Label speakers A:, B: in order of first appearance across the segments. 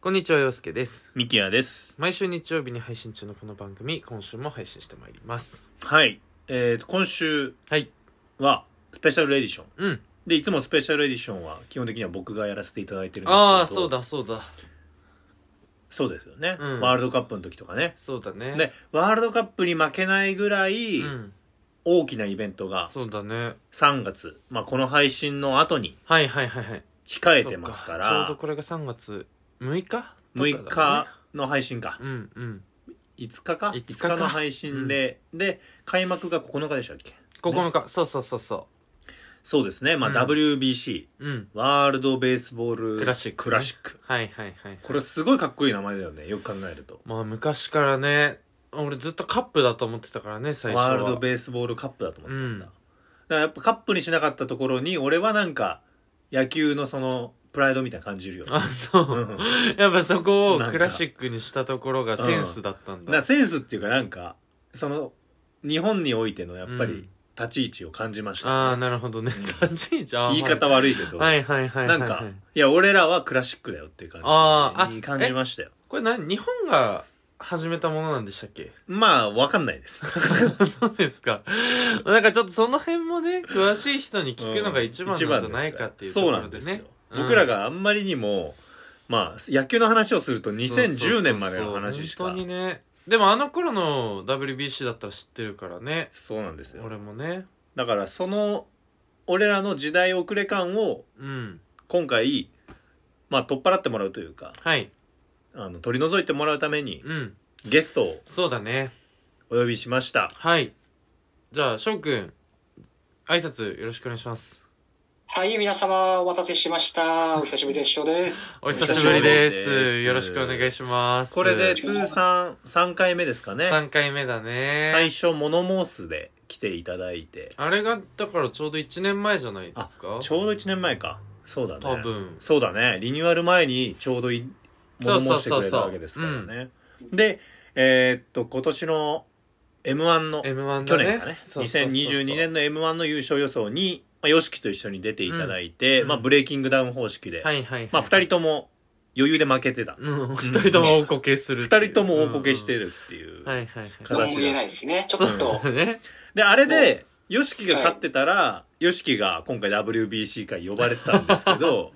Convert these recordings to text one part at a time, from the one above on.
A: こんにちは、洋介です。
B: ミキヤです。
A: 毎週日曜日に配信中のこの番組、今週も配信してまいります。
B: はい。えーと、今週
A: はい。
B: はスペシャルエディション。
A: うん。
B: で、いつもスペシャルエディションは基本的には僕がやらせていただいてるんですけど。
A: ああ、そう。だ、そうだ。
B: そうですよね。
A: うん
B: ワールドカップの時とかね。
A: そうだね。
B: で、ワールドカップに負けないぐらい
A: うん。
B: 大きなイベントが
A: そうだね。
B: 3月、まあこの配信の後に
A: はいはいはいはい。
B: 控えてますから、
A: そっちょうどこれが3月6日とかだね
B: 6日の配信か。
A: うんうん。
B: 5日か
A: 5
B: ?5
A: 日
B: 日
A: か
B: の配信で、で、開幕が9日でしたっけ
A: 9日、そうそうそうそ
B: そうですね。まあ
A: うん
B: WBC、
A: う。うん。
B: ワールドベースボール
A: クラシックね
B: クラシック。
A: はいはいはい。
B: これすごいかっこいい名前だよねよく考えると
A: まあ昔からね、俺ずっとカップだと思ってたからね、最初は。
B: ワールドベースボールカップだと思ってたんだ、
A: うん
B: だからやっぱカップにしなかったところに俺はなんか野球のそのプライドみたいな感じるよねだ
A: あ、そう。やっぱそこを
B: なんか
A: クラシックにしたところがセンスだったんだ。
B: からセンスっていうかなんかその日本においてのやっぱり立ち位置を感じました
A: ああ、
B: ね、
A: なるほどね。
B: う
A: 立ち位置あー
B: 言い方悪いけど、
A: はいはいはいはいはい。
B: なんか、いや俺らはクラシックだよっていう感じ、
A: あーあ
B: に感じましたよ
A: これ何、日本が始めたものなんでしたっ け
B: まあわかんないです
A: そうですか。なんかちょっとその辺もね、詳しい人に聞くのが一番
B: うん
A: なんじゃないかっていうと
B: そ
A: こ
B: うな
A: ろ
B: ん
A: で
B: ですよ
A: ね。うん
B: 僕らがあんまりにもまあ野球の話をすると2010年までの話し
A: そうそうそうそう本
B: か
A: 当にね。でもあの頃の WBC だったら知ってるからね。
B: そうなんですよ
A: 俺もね。
B: だからその俺らの時代遅れ感を
A: うん。
B: 今回まあ取っ払ってもらうというか
A: はい。
B: あの取り除いてもらうために
A: うん。
B: ゲストを
A: そうだね。
B: お呼びしました
A: はい。じゃあ、翔くん、挨拶よろしくお願いします。
C: はい、皆様、お待たせしました。お久しぶりです、翔です。
A: お久しぶりです。
B: お久しぶりです
A: よろしくお願いします。
B: これで通算3回目ですかね
A: 3回目だね。
B: 最初モノモースで来ていただいて
A: あれが、だからちょうど1年前じゃないですか
B: ちょうど1年前かそうだね
A: 多分。
B: そうだね。リニューアル前にちょうどい
A: そう
B: 物
A: そう
B: 申して
A: そうそう
B: くれたわけですからね。で、えーっと、今年の M1 の、
A: M1
B: 去
A: だね。
B: 年かね。
A: そうそうそうそう
B: 2022年の M1 の優勝予想に、まあ、ヨシキと一緒に出ていただい
A: うん
B: て、
A: うん
B: まあ、ブレイキングダウン方式で、
A: はいはいはい。
B: まあ、二人とも余裕で負けてた。
A: うん、2人とも大こけするってい
B: 二
A: う。
B: 人とも大こけしてるっていう。
A: うん。はいはい はい。
B: 形
C: 何
B: だ
C: も言えないですね。ちょっと
A: そ、うね。
B: で、あれで、ヨシキが勝ってたら、ヨシキが今回 WBC から呼ばれてたんですけ ど、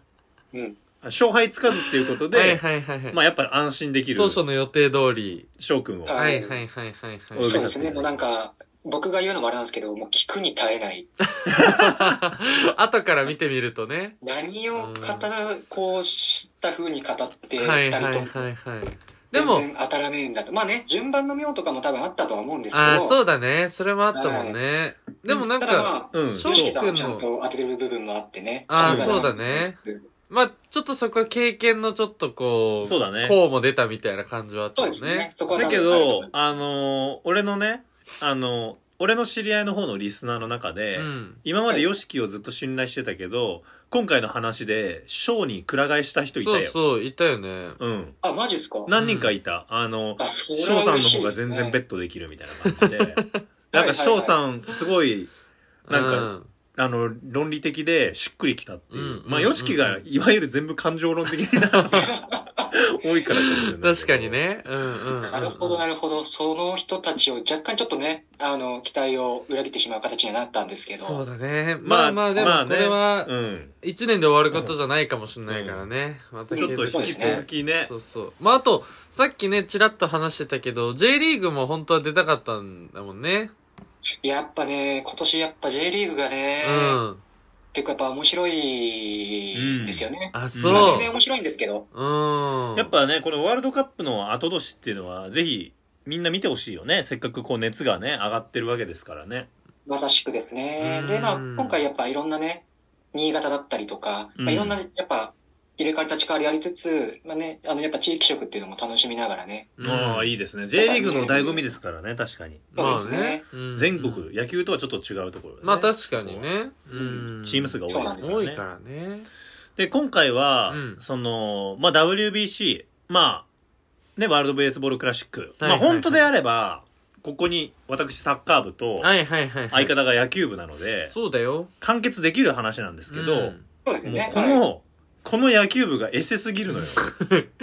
C: うん。
B: 勝敗つかずっていうことで、
A: はいはいはいはい。
B: まあ、やっぱ安心できる
A: 当初の予定通り。
B: 翔くんを。
C: あ
A: はいはいはいはいは
B: お呼び
A: い。
C: そう
B: させ
C: です
B: ていただい
C: ね。
B: て
C: もうなんか、僕が言うのもあれなんですけど、もう聞くに耐えない。
A: 後から見てみるとね。
C: 何を語る、こうした風に語って、
A: は
C: 二
A: いはい
C: 人
A: はい
C: とも。
A: はい。で
C: 全
A: も、
C: 然当たらねえんだと。まあね、順番の妙とかも多分あったとは思うんですけど。
A: ああ、そうだね。それもあったもんね。でもなん
C: ただ
A: か、
C: まあ、
B: うん
A: 翔
C: ヨシキさん
A: く
C: は
A: ん
C: ちゃん
A: の、
C: と当てれる部分もあってね。
A: あ
B: ー
C: さすがな
B: そう
A: だね。
C: うん
A: まあ、ちょっとそこは経験のちょっとこう、
B: そうだね
A: こうも出たみたいな感じはあった
C: そう
A: もん
C: ですね
A: ね。。
C: そこは多
B: だ
C: 分
B: けど、あのー俺のね、あのー俺の知り合いの方のリスナーの中で、
A: うん。
B: 今まで YOSHIKI をずっと信頼してたけど、今回の話で、ショーにくら替えした人いた
A: そ
B: よ。
A: うそう、いたよね。
B: うん。
C: あ、マジっすか
B: 何人かいた。あの、
C: あ、それ
B: ショー
C: は
B: さんの
C: 嬉し
B: 方
C: い
B: が
C: ですね
B: 全然ベッドできるみたいな 感じで。なんか、ショーさん、すごい、なんか
A: うん
B: あの、論理的で、しっくりきたっていう。
A: うん
B: まあ、
A: うん
B: YOSHIKI が、いわゆる全部感情論的 な、多いからかもしれない。
A: 確かに。ね。うんうんうん。
C: なるほど、なるほど。その人たちを若干ちょっとね、あの、期待を裏切ってしまう形にはなったんですけど。
A: そうだね。ま
B: ま
A: あ
B: あ
A: まあ、で
B: ま
A: も
B: あ
A: こ
B: ね
A: れ
B: う
A: は、
B: ん。
A: 一年で終わることじゃないかもしれないからね。また
B: ちょっと引き続きね
A: そ、うそう。まあ、あと、さっきね、ちらっと話してたけど、J リーグも本当は出たかったんだもんね。
C: やっぱね、今年やっぱ J リーグがね、
A: うん。
C: 結構やっぱ面白いですよね。
A: あ、
B: うん
A: そ
C: 全
A: う。
C: 然面白いんですけど。
A: うん。
B: やっぱね、このワールドカップの後年っていうのは、ぜひ、みんな見てほしいよね。せっかくこう熱がね、上がってるわけですからね。
C: まさしくですね
A: う。ん
C: で、まあ、今回やっぱいろんなね、新潟だったりとか、
B: うん
C: まあ、いろんな、やっぱ、入れ替わり立ち替わりありつつ、まあね、あの、やっぱ地域色っていうのも楽しみながらね。
A: うん、
B: ああ、いいですね。J リーグの醍醐味ですからね、確かに。
A: まあ
C: そうです
A: ね
C: ね。
A: うん
B: 全国、野球とはちょっと違うところでね
A: まあ確かに。ね。
B: こううんチーム数が多いですから
A: 多い
B: ね
A: か。らね。
B: で、今回は
A: うん、
B: その、まあ WBC、まあ、ね、ワールドベースボールクラシック。
A: はい
B: まあ
A: はいはい
B: 本当であれば、ここに私サッカー部と、
A: はいはいはいはい。
B: 相方が野球部なので、
A: そうだよ。
B: 完結できる話なんですけ
A: う
B: ど、
A: ん
C: そうです
B: もう
C: ね。
B: こ
C: はい
B: のこの野球部がエセすぎるのよ。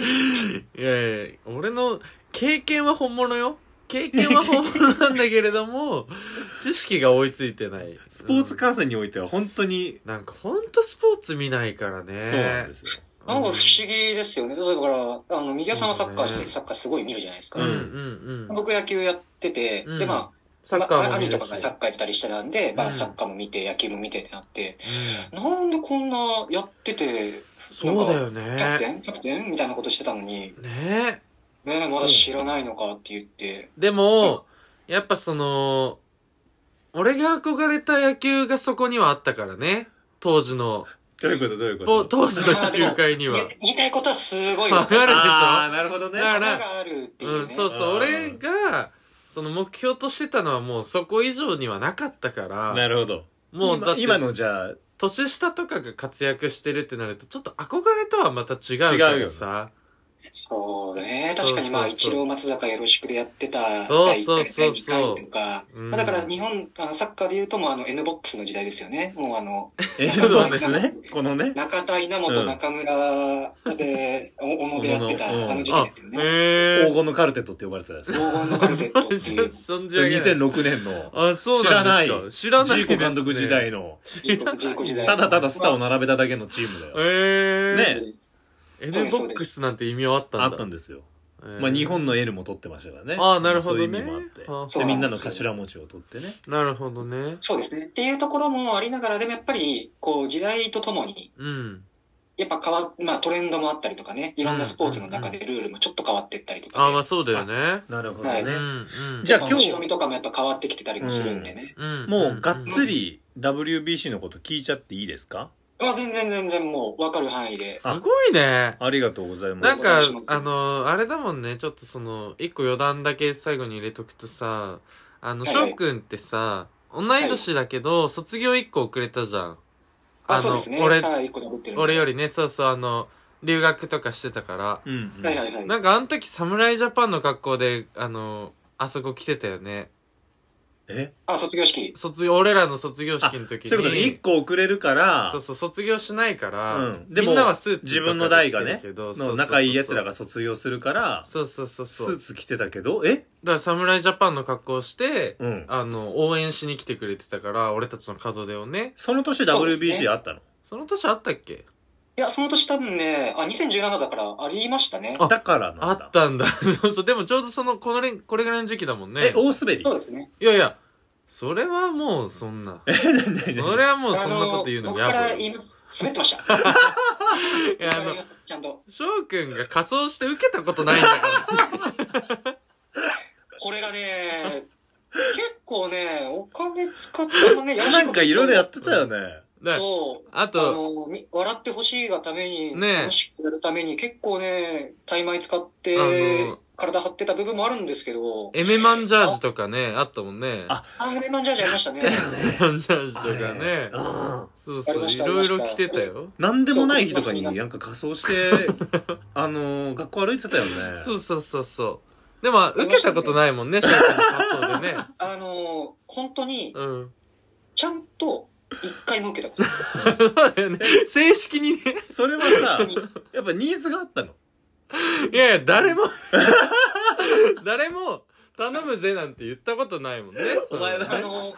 A: いやいや、俺の経験は本物よ。経験は本物なんだけれども、 知識が追いついてない。
B: スポーツ観戦においては本当
A: う
B: に、
A: んなんかほんとスポーツ見ないからね。
B: そうなんですよ。
C: なんか不思議ですよね。だから、あの、右さんはサッカーしてて、サッカーすごい見るじゃないですか
A: うん。うんうん。
C: 僕野球やってて、
A: うん
C: で、まあ、
A: サッカー
C: まあ
A: も見
C: 兄
A: る
C: と
A: し
C: か。がサッカーやってたりしてたんで、ま
A: う
C: あ、
A: ん
C: サッカーも見て、野球も見てってなって、
A: うん
C: なんでこんなやってて、
A: そうだよ
C: キャプテ
A: ね。
C: ンキャプテンみたいなことしてたのに、
A: ね
C: ねまだ知らないのかって言って、
A: でも、やっぱその、俺が憧れた野球がそこにはあったからね。当時の、
B: どういうことどういう
A: ぼ
B: こ
A: 当
B: と
A: 時の球界には
C: 言。言いたいことはす ごいわ
A: わ
C: か
A: かる
C: る。
A: でしょ
B: ああ、なるほどね。
A: だから
C: 花があるっていうね。
A: うん、そうそう。
B: うん
A: 俺が、その目標としてたのはもうそこ以上にはなかったから、
B: なるほど。
A: もうだ
B: 今
A: って、
B: 今のじゃあ、
A: 年下とかが活躍してるってなると、ちょっと憧れとはまた違うからさ。
C: そうだね。確かにまあ、
A: そうそうそう
C: 一郎松坂よろしくでやってた
A: そう
C: 第1
A: そう
C: 回、
A: そ
C: 第
A: う
C: 2
A: そう
C: 回とか。
A: うん
C: まあだから日本、あのサッカーで言うともうあの N ボックスの時代ですよね。もうあの、
B: え、そうなんですね。 このね。
C: 中田、稲
B: う
C: 本、
B: ん
C: 中村で、お小野でやってた
B: 小野のうん
C: あの時期
A: あ
C: ですよ、ね。
A: へ
B: 黄
A: え。
B: 金のカルテットって呼ばれてたや つ
C: 黄
B: ね。
C: 金のカルテットっ ていう。
A: 存じ上げない。
B: 2006年の、
A: あ、そうなんですか。知らない。
B: ジ
A: 知らない、
B: ーコ監督時。代の、
C: ジーコ時代。
B: ただただスターを並べただけのチームだよ。
A: ええ。
B: ね。
C: そう
A: N
C: です
A: ボックスなんて意味はあったんだ。
B: あったんですよ。
A: ええ
B: まあ日本の L も取ってましたからね。
A: ああ、なるほど
B: そうい
A: ね
B: う意味もあって。。
A: は
C: そう
B: でみんなの頭文字を取ってね。
A: あなるほどね。
C: そうですね。っていうところもありながら、でもやっぱり、こう、時代とともに、
A: うん。
C: やっぱ変わ、まあトレンドもあったりとかね、いろんなスポーツの中でルールもちょっと変わってったりとか、ね。
A: あ、まあそうだよね。
B: なるほ
C: どね
A: うん、うん。
B: じゃあ今
C: 面
B: 日
C: 白みとかもやっぱ変わってきてたりもするんでね。
A: うん
B: もうがっつ。り WBC のこと聞いちゃっていいですか
C: あ全然全然もう分かる範囲で。
A: すごいね。
B: ありがとうございま
A: な
B: す
A: ん。か
C: お願いしま、す
A: あの、あれだもんね、ちょっとその、一個余談だけ最後に入れとくとさ、あの、
C: はいはい
A: 翔くんってさ、同い年だけど、卒業一個遅れたじゃん。
C: あ
A: の、
C: そうですね。
A: 俺、
C: はい、一個残ってるんで
A: 俺よりね、そうそう、あの、留学とかしてたから。
B: うんうん。
C: はいはいはい。
A: なんかあの時、侍ジャパンの格好で、あの、あそこ来てたよね。
B: え
C: あ、卒業式。
A: 卒業、俺らの卒業式の時に。
B: そういうことね。1個遅れるから
A: そう、そう、卒業しないから、
B: うんでも
A: みんなはスーツ
B: 自分の代がね、の仲いいやつら
A: が。
B: が卒業するから、ス
A: そうそうそうそう。
B: ー
A: だか
B: ツ着てたけど、え
A: ら侍ジャパンの格好をして、
B: うん。
A: あの、応援しに来てくれてたから、俺たちの門出をね。
B: その年
C: そうですね
B: WBC あったの
A: その年あったっけ
C: いや、その年多分ね、あ、2017だからありましたね。
A: あ
B: だから
A: あ
B: なん
A: っ
B: だ。
A: たんだ。 そうそう、でもちょうどその、このれん、これぐらいの時期だもんね。
B: え、大滑り
C: そうですね。
A: いやいや、それはもうそんな。それはもうそんなこと言うの
C: 僕
A: もや
C: か
A: ぼ
C: ら
A: よ。
C: 言い
A: い
C: ます。滑ってま した。僕か
A: や、あ
C: ら言い
A: の
C: ま、す。ちゃんと。
A: 翔くんが仮装して受けたことないんだから。
C: これがね、結構ね、お金使っ たもね、やら しい
B: な
C: こと
B: んかいろいろやってたよね。
A: だから
C: そう。
A: あ
C: あ
A: と、
C: の、み笑ってほしいがために、
A: ねえ
C: 楽しくやるために、結構ね、タイマイ使っ
A: あ
C: て
A: の、
C: 体張ってた部分もあるんですけど、
A: エメマンジャージとかね、あったもんね。
B: あ
C: あーレマンジャージありまし たね。
A: エメマンジャージと
B: あれ
A: かね。
B: うん
A: そうそ
C: あり
A: う、
C: ま
A: い
C: した
A: ろいろ来てたよ。
B: なんでもない日とかになんか仮 装して、あのー、学校歩いてたよね。
A: そうそうそうそう。でも、受けたことないもんね、翔くんの仮装でね。
C: あの、本当に、
A: うん。
C: ちゃんと、一回も受けたことない。
A: そうだよね。 正式にね。
B: それはさ、やっぱニーズがあったの。
A: いやいや、誰 も、誰も、頼むぜなんて言ったことないもんね。
B: お前は
A: そ
C: あ
A: うね
C: の、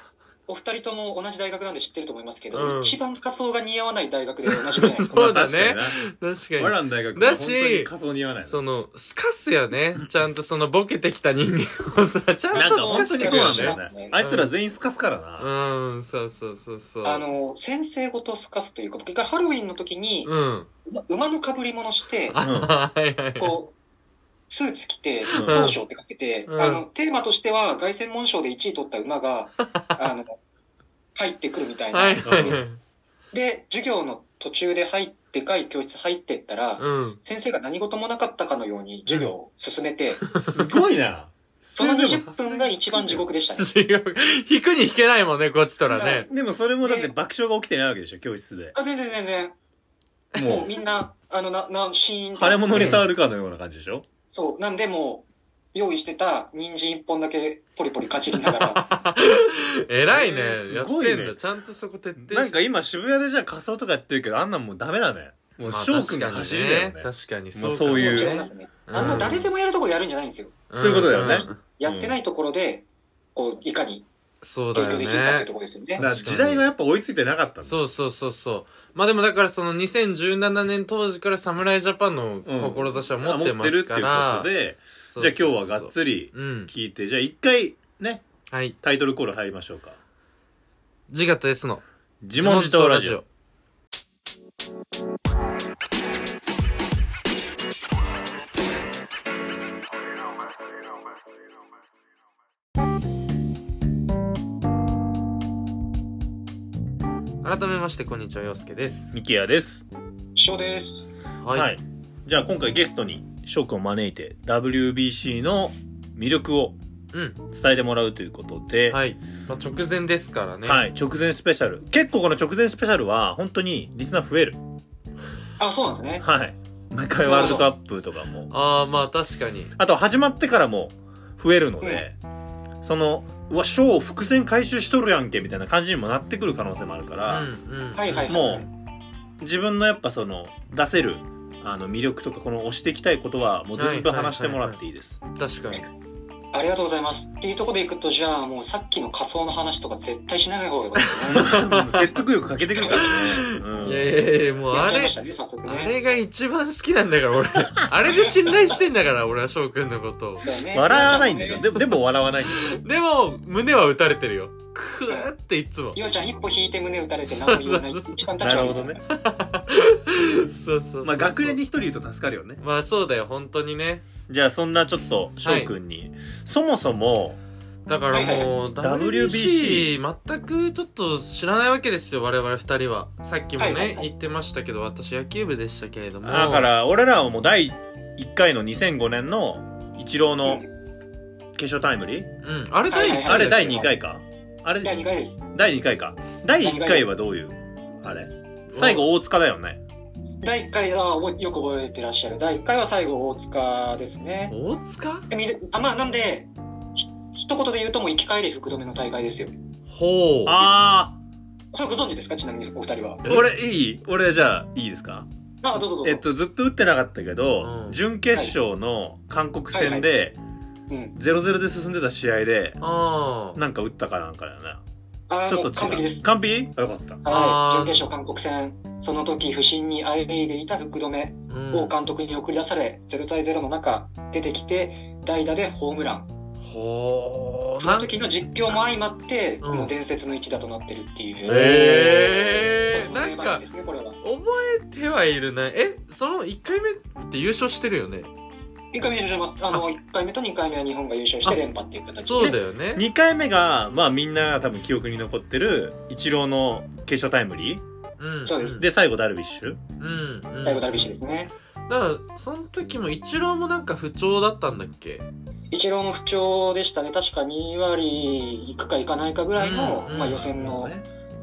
C: お二人とも同じ大学なんで知ってると思いますけ
A: う
C: ど、
A: ん
C: 一番仮装が似合わない大学で同じぐらいですか。
A: そうだね
B: まあ
A: 確
B: 確かにな
A: か
B: 俺
A: に。
B: らの大学
A: だ
B: は
A: し
B: 本当に仮装似合わないの
A: その、すかすよね。ちゃんとその、ボケてきた人間をさ、ちゃん
B: なんか
A: と
B: 本当
A: すか
B: に
A: し
B: そう
A: て
B: な
A: よ
B: んだ
A: ね。
B: よね。あいつら全員スカスカだな。
A: うん、そうそうそうそう。
C: あの、先生ごとすかすというか、僕一回ハロウィンの時に、
A: うん。
C: ま馬の被り物して、
A: あ、はいはいはい。
C: こう、スーツ着て、当賞ってかけて、
A: うん
C: あの、テーマとしては、凱旋門賞で1位取った 馬が、あの、入ってくるみたいな。
A: はいはいはい。
C: で、授業の途中で入って、かい教室入ってったら、
A: うん。
C: 先生が何事もなかったかのように授業を進めて、
B: すごいな。
C: その
B: 先生も
C: 20分が一番地獄でしたね。
A: 違う。引くに引けないもんね、こっちとらね。
B: でもそれもだって爆笑が起きてないわけでしょ、教室で。
C: あ、全然全然。も
B: も
C: うみんな、あの、な、な、シーン
B: う、
C: と
B: 腫れ物に触るかのような感じでしょ
C: そう。なんでもう、用意してた人参一本だけポリポリかじりながら、
A: 偉いね
B: えー。す
A: やっ
B: ごいね
A: てんだ。ちゃんとそこ徹底して
B: なんか今渋谷でじゃあ仮装とかやってるけど、あんなんもうダメだね。もう
A: まあ
B: 翔くんが走りだよね,、
A: 確かに確かに
B: もう
A: かも
B: そういう
C: 違いますね。あんな誰でもやるとこやるんじゃないんですよ。
B: そういうことだよね
A: うん
C: やってないところで、こう、いかに
A: そうだ
C: 提
A: よ
C: 供できるかってい
A: ね
C: うところですよ
B: だ
C: ね
B: か。ら時代がやっぱ追いついてなかったんだ
A: そうそうそうそうまあでもだからその2017年当時から侍ジャパンの志は持ってま
B: 持
A: すから、
B: ってるっていう
A: そうそ
B: こと
A: う
B: でじゃあ
A: そう
B: 今日はがっつり
A: うん
B: 聞いてじゃあ一回ね
A: はい
B: タイトルコール入りましょうか
A: 自我と S の
B: 自問自答ラジオ
A: 改めましてこんにちは陽介です
B: ミキヤです
C: 一緒です。
A: は
B: はい、じゃあ今回ゲストに翔くんを招いて WBC の魅力を
A: うん
B: 伝えてもらうということで、
A: はい、まあ、直前ですからね
B: はい、直前スペシャル結構この直前スペシャルは本当にリスナー増える
C: あ、そうなんですね。
B: はい毎回ワールドカップとかも
A: ああまあ確かに
B: あと始まってからも増えるので、そのうわ賞を伏線回収しとるやんけみたいな感じにもなってくる可能性もあるか
A: うん
B: ら、
A: うん
C: はいはいはい。
B: も自分のやっぱその出せるあの魅力とかこの推していきたいことはもう全部
A: はいはいはいはい
B: 話してもらっていいです、
A: 確かに
C: ありがとうございます。っていうところでいくと、じゃあもうさっきの仮想の話とか絶対しない方がよかったですね。
B: 説得力かけてくるからね、うん
A: いやいやいやもう
C: や
A: あ
C: っちゃい
A: れ
C: ましたね、早速
A: あ
C: ね。
A: れが一番好きなんだから俺あれで信頼してんだから俺は翔くんのことを
C: だよね
B: 笑わないんでしょ
C: ね
B: でもでも笑わないんでしょ
A: でも胸は打たれてるよクーっていつも
C: いおちゃん一歩引いて胸打たれて何も言わない。
A: そうそうそう
C: 一番立ち悪
B: なるほ
C: い
B: どね。
A: そうそうそうそう
B: まあ学年に一人いると助かるよね
A: まあそうだよ本当にね
B: じゃあそんなちょっと翔くんに、そもそも
A: だからもう
B: はいはい
A: WBC 全くちょっと知らないわけですよ我々二人はさっきもね、
C: はいはいはい
A: 言ってましたけど私野球部でしたけれども
B: だから俺らはもう第1回の2005年のイチローの決勝タイムリー、
A: うんあれ第
C: はいはいはい
B: あれ第2回かあれ
C: 第2回です。
B: 第2回か第1回はどういうあれ最後大塚だよね
C: 第1回、あ覚えよく覚えてらっしゃる。第1回は最後、大塚ですね。
A: 大塚
C: でみるあまあ、なんで、ひ一言で言うともう生き返り福留の大会ですよ。
A: ほう
B: あ
C: それご存知ですかちなみにお二人は。
B: あ俺いい俺じゃあいいですか
C: あ、どうぞどうぞ。
B: えっとずっと打ってなかったけど、
A: うん
B: 準決勝の韓国戦で
C: うん。
B: 0-0で進んでた試合で
A: ああ
B: なんか打ったかなんかだよね
C: あ
B: ち
C: ー
B: ょ
C: も
B: っ
C: う
B: と
C: 完
B: 違
C: 璧です
B: う。完璧あよかった
A: あー
C: はい、準決勝韓国戦、その時不審に IA でいた福留
A: うん
C: を監督に送り出され、0対0の中、出てきて、代打でホームラン、
A: ほう
C: そ
A: な
C: の
A: ん
C: 時の実況も相まって、
A: うん
C: もう伝説の一打となってるっていう、
A: へー
C: 一つの名場面ですね、これは。
A: 覚えてはいるねえその1回目って優勝してるよね
C: 1回目優勝してます、あの1回目と2回目は日本が優勝して、連覇っていう形で、
A: そうだよね
B: 2回目が、まあみんなが多分記憶に残ってる、イチローの決勝タイムリー。
A: うん
C: そうです
B: で、最後ダルビッシュ。
A: うん、うん、
C: 最後、ダルビッシュですね。
A: だからその時もイチローもなんか不調だったんだっけ
C: 一郎も不調でしたね、確か2割いくかいかないかぐらいの、
A: うんうん
C: まあ、予選の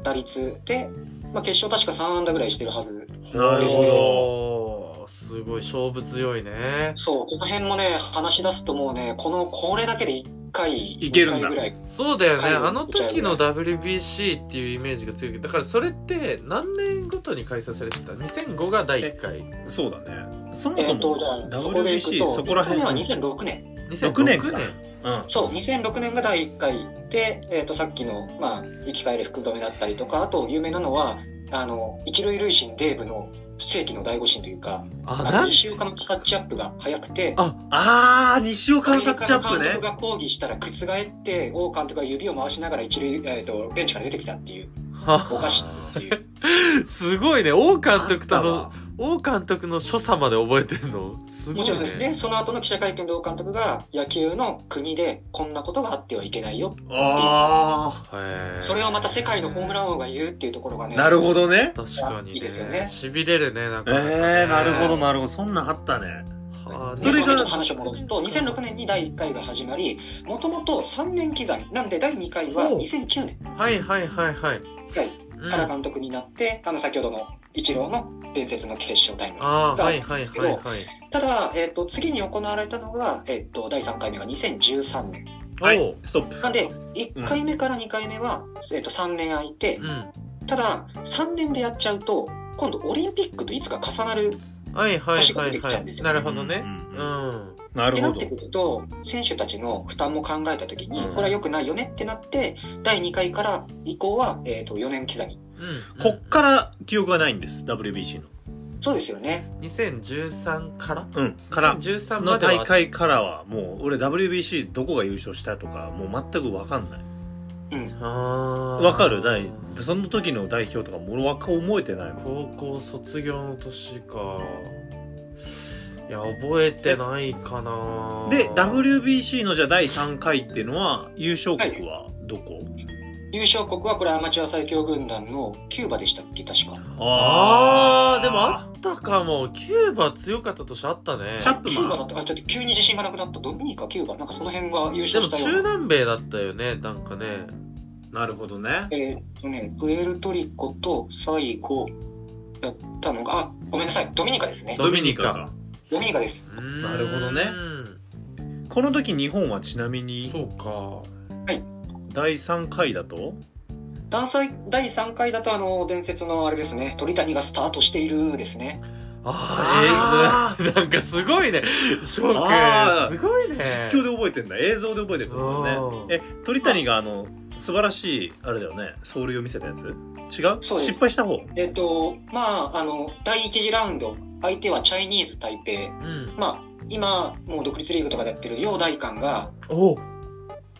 C: 打率で、まあ、決勝、確か3安打ぐらいしてるはず
B: なるほど。
A: どすごい勝負強いね
C: そう、この辺もね、話し出すともうね、この、これだけで1回、
B: いけるんだ
C: 二回ぐらい。
A: そうだよね
C: 海外
A: あの時の WBC っていうイメージが強いけどだからそれって何年ごとに開催されてた2005が第1回
B: そうだね。そも
C: え
B: そ
C: っと、じゃ
B: も、
C: あ、そこでいく
B: WBC
C: と、
B: そこら辺。
C: 1
B: う
C: 回
B: ん。
C: 目は2006年。
A: 2006年
B: か
C: そう、2006年が第1回で、えっと、さっきの、まあ、生き返る福留だったりとか、あと、有名なのは、あの、一塁塁審デーブの世紀の第5審というか、
A: あ
C: あ
A: な
C: の、
A: ん
C: 西岡のタッチアップが早くて、
A: あ
B: あー、西岡のタッチアッ
C: ア
B: プ
C: メリカの監
B: ね
C: 督。が抗議したら覆って、王監督が指を回しながら一塁、えっ、と、ベンチから出てきたっていう、おかしいっていう。
A: すごいね王監督と
B: あ
A: の王監督の所作まで覚えてるのすご
C: も
A: い
C: ち
A: ね
C: ろんですね、その後の記者会見で王監督が野球の国でこんなことがあってはいけないよ。
B: ったわあ
A: へー
C: それをまた世界のホームラン王が言うっていうところが
B: ー。
C: ね。
B: なるほどね。
A: 確かに
C: いいですよね
A: しびれるねなん
B: え
A: かね
B: ー、なるほど、なるほど。そんなんあったね。
A: はあ
C: で
B: それが
C: ちょっと話を戻すと、2006年に第1回が始まり、もともと3年刻み。なんで第2回は
A: ほう
C: 2009年
A: はいはいはいはい
C: はい
A: うん
C: から監督になって、あの、先ほどのイチローの伝説の決勝タイム。
A: ああ
C: があ
A: はい
C: ったん
A: はい
C: ですけ
A: はい
C: ど、
A: はい
C: ただ、えっ、と、次に行われたのが、えっ、と、第3回目が2013年。
B: はい
A: お、
B: ストップ。
C: なんで、1回目から2回目は、えっ、と、3年空いて、
A: うん
C: ただ3年でやっちゃうと今度オリンピックといつか重なる
A: はいはい
C: 確か
A: は
C: に
A: い
C: でき
A: は
C: たん
A: い
C: ですよ
A: なるほどね
B: うん
A: う
B: うん
A: ん
B: な
C: って
B: る
C: な
B: ほ
C: って
B: ど
C: くると選手たちの負担も考えた時に
B: うん
C: これは良くないよねってなって第2回から以降は、えー、と4年刻み
A: うん
B: こっから記憶がないんです WBC の
C: そうですよね
A: 2013から
B: うんから
A: 2013
B: の
A: までは
B: 大会からはもう俺 WBC どこが優勝したとかもう全く分かんない
C: うん
B: 分
A: わ
B: かる代その時の代表とかも俺は覚えてないもん
A: 高校卒業の年かいや覚えてないかな
B: で WBC のじゃあ第3回っていうのは優勝国はどこ、
C: 優勝国はこれアマチュア最強軍団のキューバでしたっけ確か
A: あーでもあったかもキューバ強かった年あったね
B: チャップ
C: キューバ
B: マ
C: だ
B: ン
C: ったあちょっと急に自信がなくなったドミニカキューバなんかその辺が優
A: でも
C: 勝した
A: 中
C: ような
A: 南米だったよねなんかね
B: なるほどね
C: えーっ、とねプエルトリコと最後やったのがあごめんなさいドミニカですね
A: ドミニカ
B: か
C: ドミニカです
A: うーん
B: なるほどねこの時日本はちなみに
A: そうか
B: 第3回だと
C: 第3第3回だとあの伝説のあれですね鳥谷がスタートしているですね
A: あ
B: あ
A: ー映像 なんかすごいね翔く
B: あ
A: ん
B: ー
A: すごいね
B: 実況で覚えてんだ映像で覚えてると思うんだねえ鳥谷があの素晴らしいあれだよね走塁を見せたやつ違う
C: そうです
B: 失敗した方
C: えっ、とまああの第1次ラウンド相手はチャイニーズ台北
A: うん
C: まあ今もう独立リーグとかでやってる楊大官が
A: おう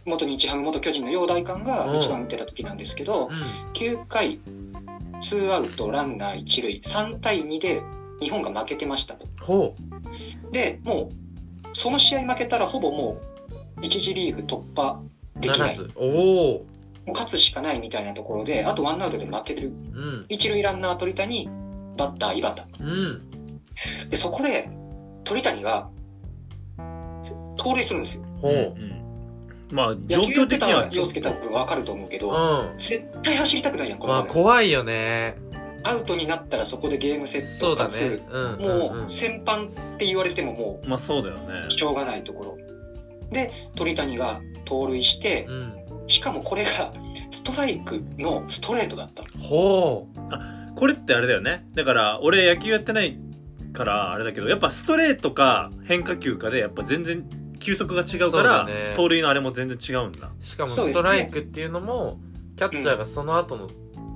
C: 元日ハム元巨人の楊大官
A: う
C: が
A: ん
C: 一番打ってた時なんですけど
A: ん
C: 9回ツーアウトランナー一塁3対2で日本が負けてましたと
A: ほ
C: でもうその試合負けたらほぼもう1次リーグ突破
A: う
C: できない
A: ずおお
C: もう勝つしかないみたいなところであとワンアウトで負けてる
A: うん
C: 一塁ランナー鳥谷バッター井端
A: うん
C: でそこで鳥谷が盗塁するんですよ
A: ほう
B: まあ状
C: 野球や
B: 況
C: って
B: 的
C: た
B: に
C: ら
B: はち
C: 陽
B: ょっ
C: 介
B: と
C: 多分分かると思うけ
A: う
C: ど
A: ん
C: 絶対走りたくないやんこ
A: ま
C: の
A: あ
C: 場面
A: 怖いよね
C: アウトになったらそこでゲームセッ
A: そ
C: ト
A: うだ
C: かつ、
A: ねうんうん
C: も
A: うん
C: う先般って言われてもも
B: まあそうだよね
C: うしょうがないところで鳥谷が盗塁して
A: うん
C: しかもこれがストライクのストレートだった
A: ほう
B: これってあれだよねだから俺野球やってないからあれだけどやっぱストレートか変化球かでやっぱ全然球速が違うか
A: そ
B: ら
A: うだね
B: 盗塁のあれも全然違うんだ
A: しかも
C: そう
A: ス
C: ですね
A: トライクっていうのもキャッチャーがその後の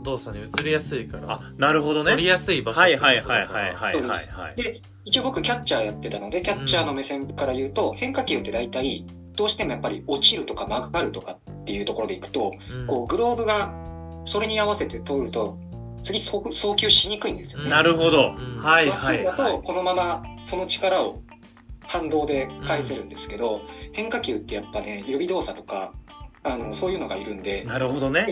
A: 動作に移りやすいから
B: あなるほどねは
A: 取り
B: い
A: やすい場所
B: はいはいはいはいはい
C: そうで
B: はい
C: すで一応僕キャッチャーやってたのでキャッチャーの目線から言うと、変化球って大体どうしてもやっぱり落ちるとか曲がるとかっていうところでいくと、
A: うん
C: こうグローブがそれに合わせて通ると次送送球しにくいんですよね。
B: なるほど
A: うん
B: はい
C: まっす
B: は
C: ぐ
B: い
C: だ
B: は
C: と
B: い
C: このままその力を反動で返せるんですけど、変化球ってやっぱね予備動作とかあのそういうのがいるんで
B: なるほどね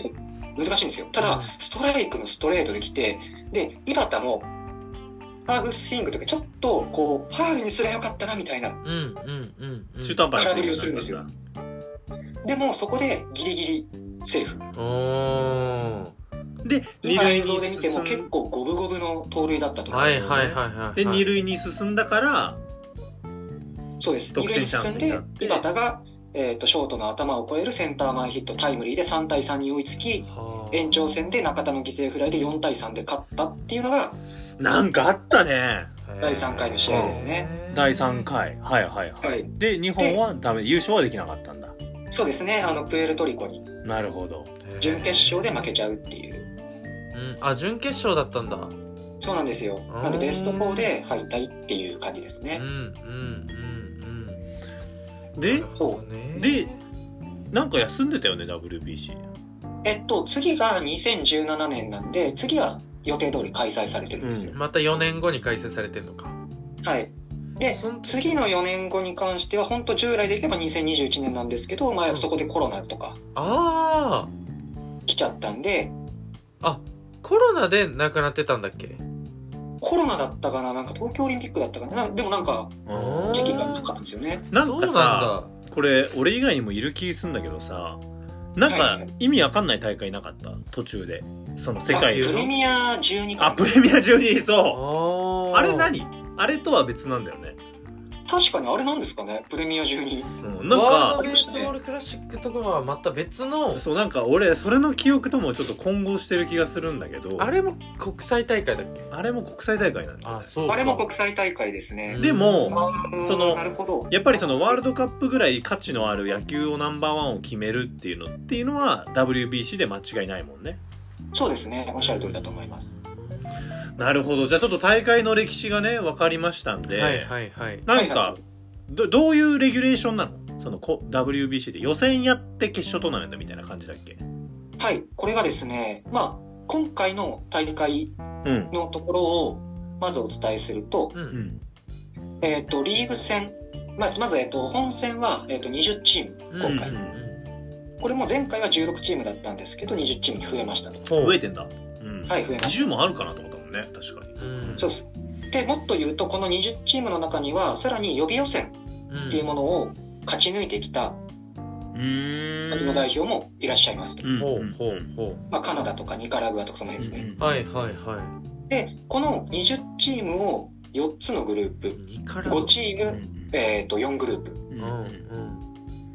C: 難しいんですよ。ただ、
A: うん
C: ストライクのストレートで来てで井端もサーフスイングとかちょっとこうファウルにすればよかったなみたいな
A: うんうんうんうん
B: 中途半端な
C: 空振りをするんですよでもそこでギリギリセーフ
A: おお
B: で二
C: 今
B: 塁
C: 映像
B: に
C: で見て
B: 進
C: も
B: ん
C: 結構五分五分の盗塁だったと思
A: は
C: うん
A: い
C: ですよ
A: はいはいはい
B: で二塁に進んだから
C: そうです
B: 得
C: 二塁
B: 点
C: に
B: チャンス
C: 進ん
B: にな
C: で
B: って
C: 井端が、えー、とショートの頭を越えるセンター前ヒットタイムリーで3対3に追いつき
A: はあ
C: 延長戦で中田の犠牲フライで4対3で勝ったっていうのが
B: なんかあったね
C: 第三回の試合ですね
A: へー
B: 第3回はいはいは
C: はいい
B: で日本はダメ優勝はできなかったんだ
C: そうですねあのプエルトリコに
B: なるほど
C: 準決勝で負けちゃうっていう
A: うんあ準決勝だったんだ
C: そうなんですよ
A: ー
C: なんでベスト4で敗退っていう感じです
A: うんう
C: ね、
A: んうんうんな
B: で
A: るほどね
B: でなんか休んでたよね WBC
C: えっと次が2017年なんで次は予定通り開催されてるんですよ、
A: また4年後に改正されてんのか
C: はいで
A: そん
C: 次の4年後に関しては本当従来でいけば2021年なんですけど、まあ、そこでコロナとか
A: ああ
C: 来ちゃったんで
A: あコロナで亡くなってたんだっけ
C: コロナだったかななんか東京オリンピックだったかななでもなんか
A: うん
C: 時期がなかったんですよね
B: なんか
A: そう
B: さ
A: な
B: これ俺以外にもいる気すんだけどさなん
C: は
B: か
C: いはい
B: 意味わかんない大会なかった途中でその世
C: あプ
B: 界
A: 野球
C: レミア12
B: あ
C: か
B: プレミア12そうん
A: だ
B: あれ
A: 何
B: 何あれとは別なんだよね
C: 確かにあれなんですかねプレミア中に
B: うん、なん
A: ワールド
B: か
A: ベースボールクラシックとかはまた別の
B: そうなんか俺それの記憶ともちょっと混合してる気がするんだけど
A: あれも国際大会だっけ
B: あれも国際大会なんだよ
A: あ
B: ね
A: そうか
C: あれも国際大会ですね
A: うん、
B: でも
C: あー
B: その
C: なるほど
B: やっぱりそのワールドカップぐらい価値のある野球をナンバーワンを決めるっていうのっていうのは WBC で間違いないもんね
C: そうですねおっしゃる通りだと思います
B: なるほどじゃあちょっと大会の歴史がね分かりましたんで、
A: はいはいはい
B: なん
C: はい
B: か
C: は
B: どどういうレギュレーションなのそのこ WBC で予選やって決勝トーナメントみたいな感じだっけ
C: はいこれがですねまあ今回の大会
B: うん
C: のところをまずお伝えすると,、
A: う
B: うんん
C: えー、とリーグ戦、まあ、まず、えー、と本戦は、えー、と20チーム
A: うん
C: 今回、
B: うん
C: これも前回は16チームだったんですけど20チームに増えましたと
B: 増えてんだ、うん
C: はい増えまし
B: 20もあるかなと思ったもんね確かに
A: うん
C: たそうですでもっと言うとこの20チームの中にはさらに予備予選
A: うん
C: っていうものを勝ち抜いてきた
B: うーん
C: 国の代表もいらっしゃいますと、
B: うん
A: ほうほうほ
C: まあ、カナダとかニカラグアとかその辺ですね、
A: うはいはいは
C: でこの20チームを4つのグルー
A: い
C: プ
A: ニカラ
C: 5
A: ゴ
C: チーム、えー、と4グループ
A: うんうん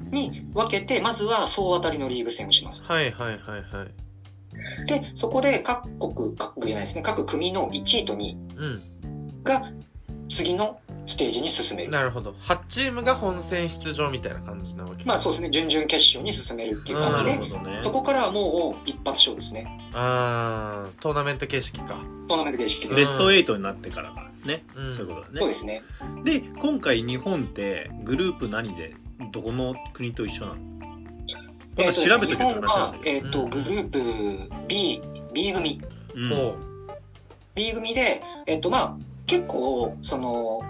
C: に分けてまずは総当たりのリーグ戦をします
A: はいはいはいはい
C: でそこで各国各国じゃないですね各組の1位と2位
A: う
C: が次のステージに進め
A: ん
C: る
A: なるほど8チームが本戦出場みたいな感じなわけ
C: まあそうですね準々決勝に進めるっていう
A: うん
C: 感
B: な
C: じ
B: る
C: で
B: ほどね
C: そこからはもう一発勝負ですね
A: あートーナメント形式か
C: トーナメント形式
A: で
B: ベスト8になってからがね、
A: うん
B: そういうことだ
C: そう
B: ね
C: ですね
B: で今回日本ってグループ何でどこの国と一緒なのなんか調べてくれた
C: えーとですね日本
B: 話なん
C: は
B: だ、け
C: えーと
A: うん
C: グループ B, B 組
B: ど、うん
A: ほ
C: B 組で、えっとまあ、結構その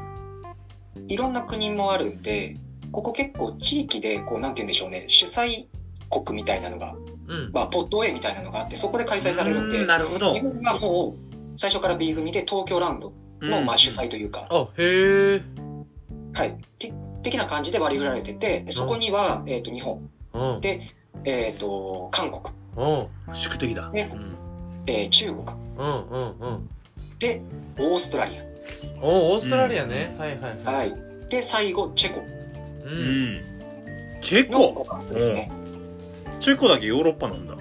C: いろんな国もあるんでここ結構地域でこうなんて言うんでしょうね主催国みたいなのが、
A: ううん
C: まあ、ポット A みたいなのがあってそこで開催されるんで
B: うなるほど
C: 日本がもう最初から B 組で東京ラウンドの、まあ、主催というか、
A: あへえ
C: はい、て的な感じで割り振られててそこには、えっと日本、
A: うん
C: で、えっと韓国、
A: うん
B: うん宿敵だ、
C: ね
B: うん
C: えー中国
A: うんうんうん
C: でオーストラリ
A: おオーストラリアね、はいはい
C: ア、
A: はい
C: はい、で最後チェコ
A: う
B: うんんチェ
C: の
B: コ
C: 五カ国ですね。
B: チェコだけヨーロッパなんだへ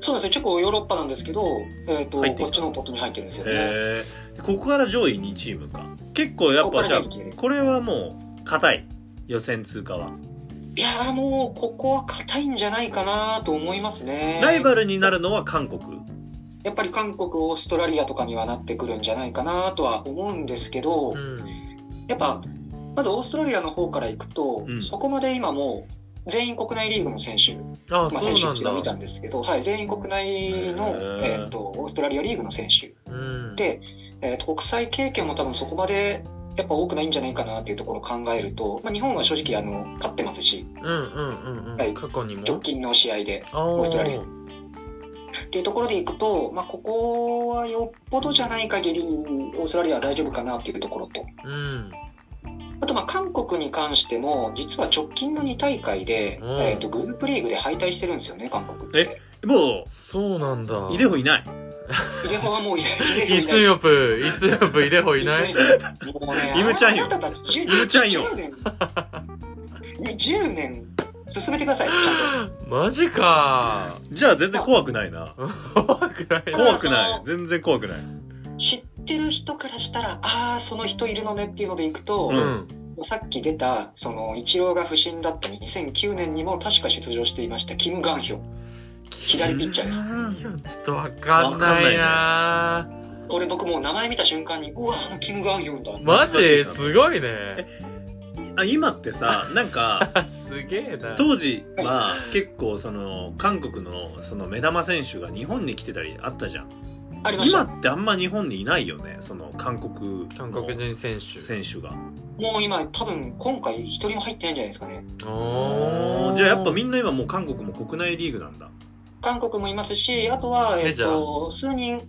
C: そうですね、チェコヨーロッパなんですけど、えっと
B: 入ってきた
C: こっちのポットに入ってるんですよね。
B: えここから上位2チームか結構やっぱじゃあ
C: ここから上位二チームです
B: これはもう硬い予選通過は、
C: いやーもうここは硬いんじゃないかなと思いますね。
B: ライバルになるのは韓国
C: やっぱり韓国、オーストラリアとかにはなってくるんじゃないかなとは思うんですけど、
A: うん
C: やっぱまずオーストラリアの方から行くと、
B: うん
C: そこまで今もう全員国内リーグの選手、
A: あ
C: まあ、
A: そう
C: 選手
A: な
C: っていうのを
A: ん
C: 見
A: だ
C: たんですけど、はい、全員国内の
B: へ、ー
C: えっとオーストラリアリーグの選手
A: うん
C: で、えーと国際経験も多分そこまでやっぱ多くないんじゃないかなっていうところを考えると、まあ、日本は正直あの勝ってますし
A: うんうんうんうん、
C: はい
A: 過去にも
C: 直近の試合で
A: あー
C: オーストラリアっていうところでいくと、まあ、ここはよっぽどじゃない限りオーストラリアは大丈夫かなっていうところと
A: うん
C: あとまあ韓国に関しても実は直近の2大会で、
A: うん
C: えー、とグループリーグで敗退してるんですよね韓国って。
B: も
A: そうなんだ
B: うイデホいない
C: イデホはもう いない
A: イスヨプイスヨプイデホいない
C: もうね
B: イムチャンよ
C: あなたたち
B: イムチャンよ
C: 10年10年進めてくださいちゃん
A: マジか
B: じゃあ全然怖くないな
A: 怖くない
C: や
B: 怖くない全然怖くない
C: と知ってる人からしたらああその人いるのねっていうのでいくと、
A: う
B: うん
C: さっき出たそのイチローが不審だった2009年にも確か出場していましたキム・ガンヒョ左ピッチャーです
A: いやちょっとわかんないな
C: これ僕もう名前見た瞬間にうわあのキム・ガンヒョンだ
A: マジ
B: 懐かしいな
A: すごいね
B: あ今ってさなん か
A: すげえな
B: 当時は結構その韓国のその目玉選手が日本に来てたりあったじゃん
C: ありまし
B: 今
C: た
B: ってあんま日本にいないよねその韓国の
A: 韓国人選手
B: 選手が
C: もう今多分今回一人も入ってないんじゃないですかね
A: おー
B: じゃあやっぱみんな今もう韓国も国内リーグなんだ
C: 韓国もいますしあとは、え
A: メ
C: っ
A: ジャ
C: と数人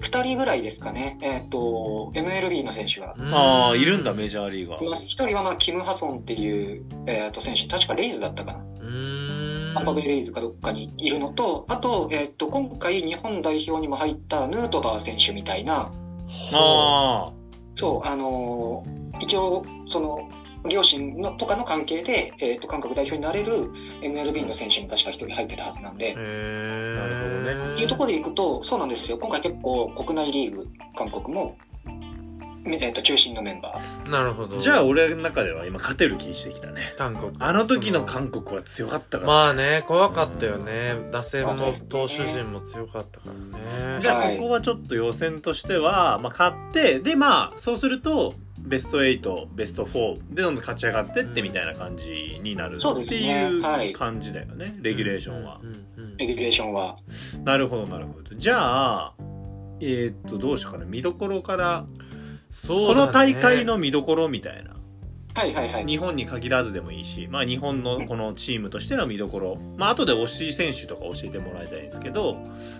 C: 2人ぐらいですかね、えっと MLB の選手が
A: うん
B: ああいるんだメジャーリーガ
C: いま
B: ー
C: す1人は、まあ、キム・ハソンっていう、えっと選手確かレイズだったかな
A: うーん
C: アンパベイレイズかどっかにいるのとあと,、えっと今回日本代表にも入ったヌートバー選手みたいな
A: ほう
B: あ
C: そうあのー一応その両親のとかの関係で、えー、と韓国代表になれる MLB の選手も確か一人入ってたはずなんで、
A: えー、
B: なるほどね
C: っていうところでいくとそうなんですよ今回結構国内リーグ韓国も、めえー、と中心のメンバー
A: なるほど
B: じゃあ俺の中では今勝てる気してきたね
A: 韓国
B: あの時の
A: そ
B: 韓国は強かったから、
A: まあね怖かったよね打線も
C: そうですね
A: 投手陣も強かったからね
B: じゃあ
C: はい
B: ここはちょっと予選としては、まあ、勝ってでまあそうするとベスト8ベスト4でどんどん勝ち上がってってみたいな感じになる
C: そうで
B: っ
C: す
B: てい
C: ねは
B: う
C: い
B: 感じだよねレギュレーションは
A: う。んうん
C: レギュレーションは
B: なるほどなるほどじゃあえーっとどうしようかな見どころから、
A: そう
B: こ
A: だね
B: の大会の見どころみたいな
C: はいはいはい
B: 日本に限らずでもいいし、まあ、日本のこのチームとしての見どころ、まあ後で推し選手とか教えてもらいたいんですけど、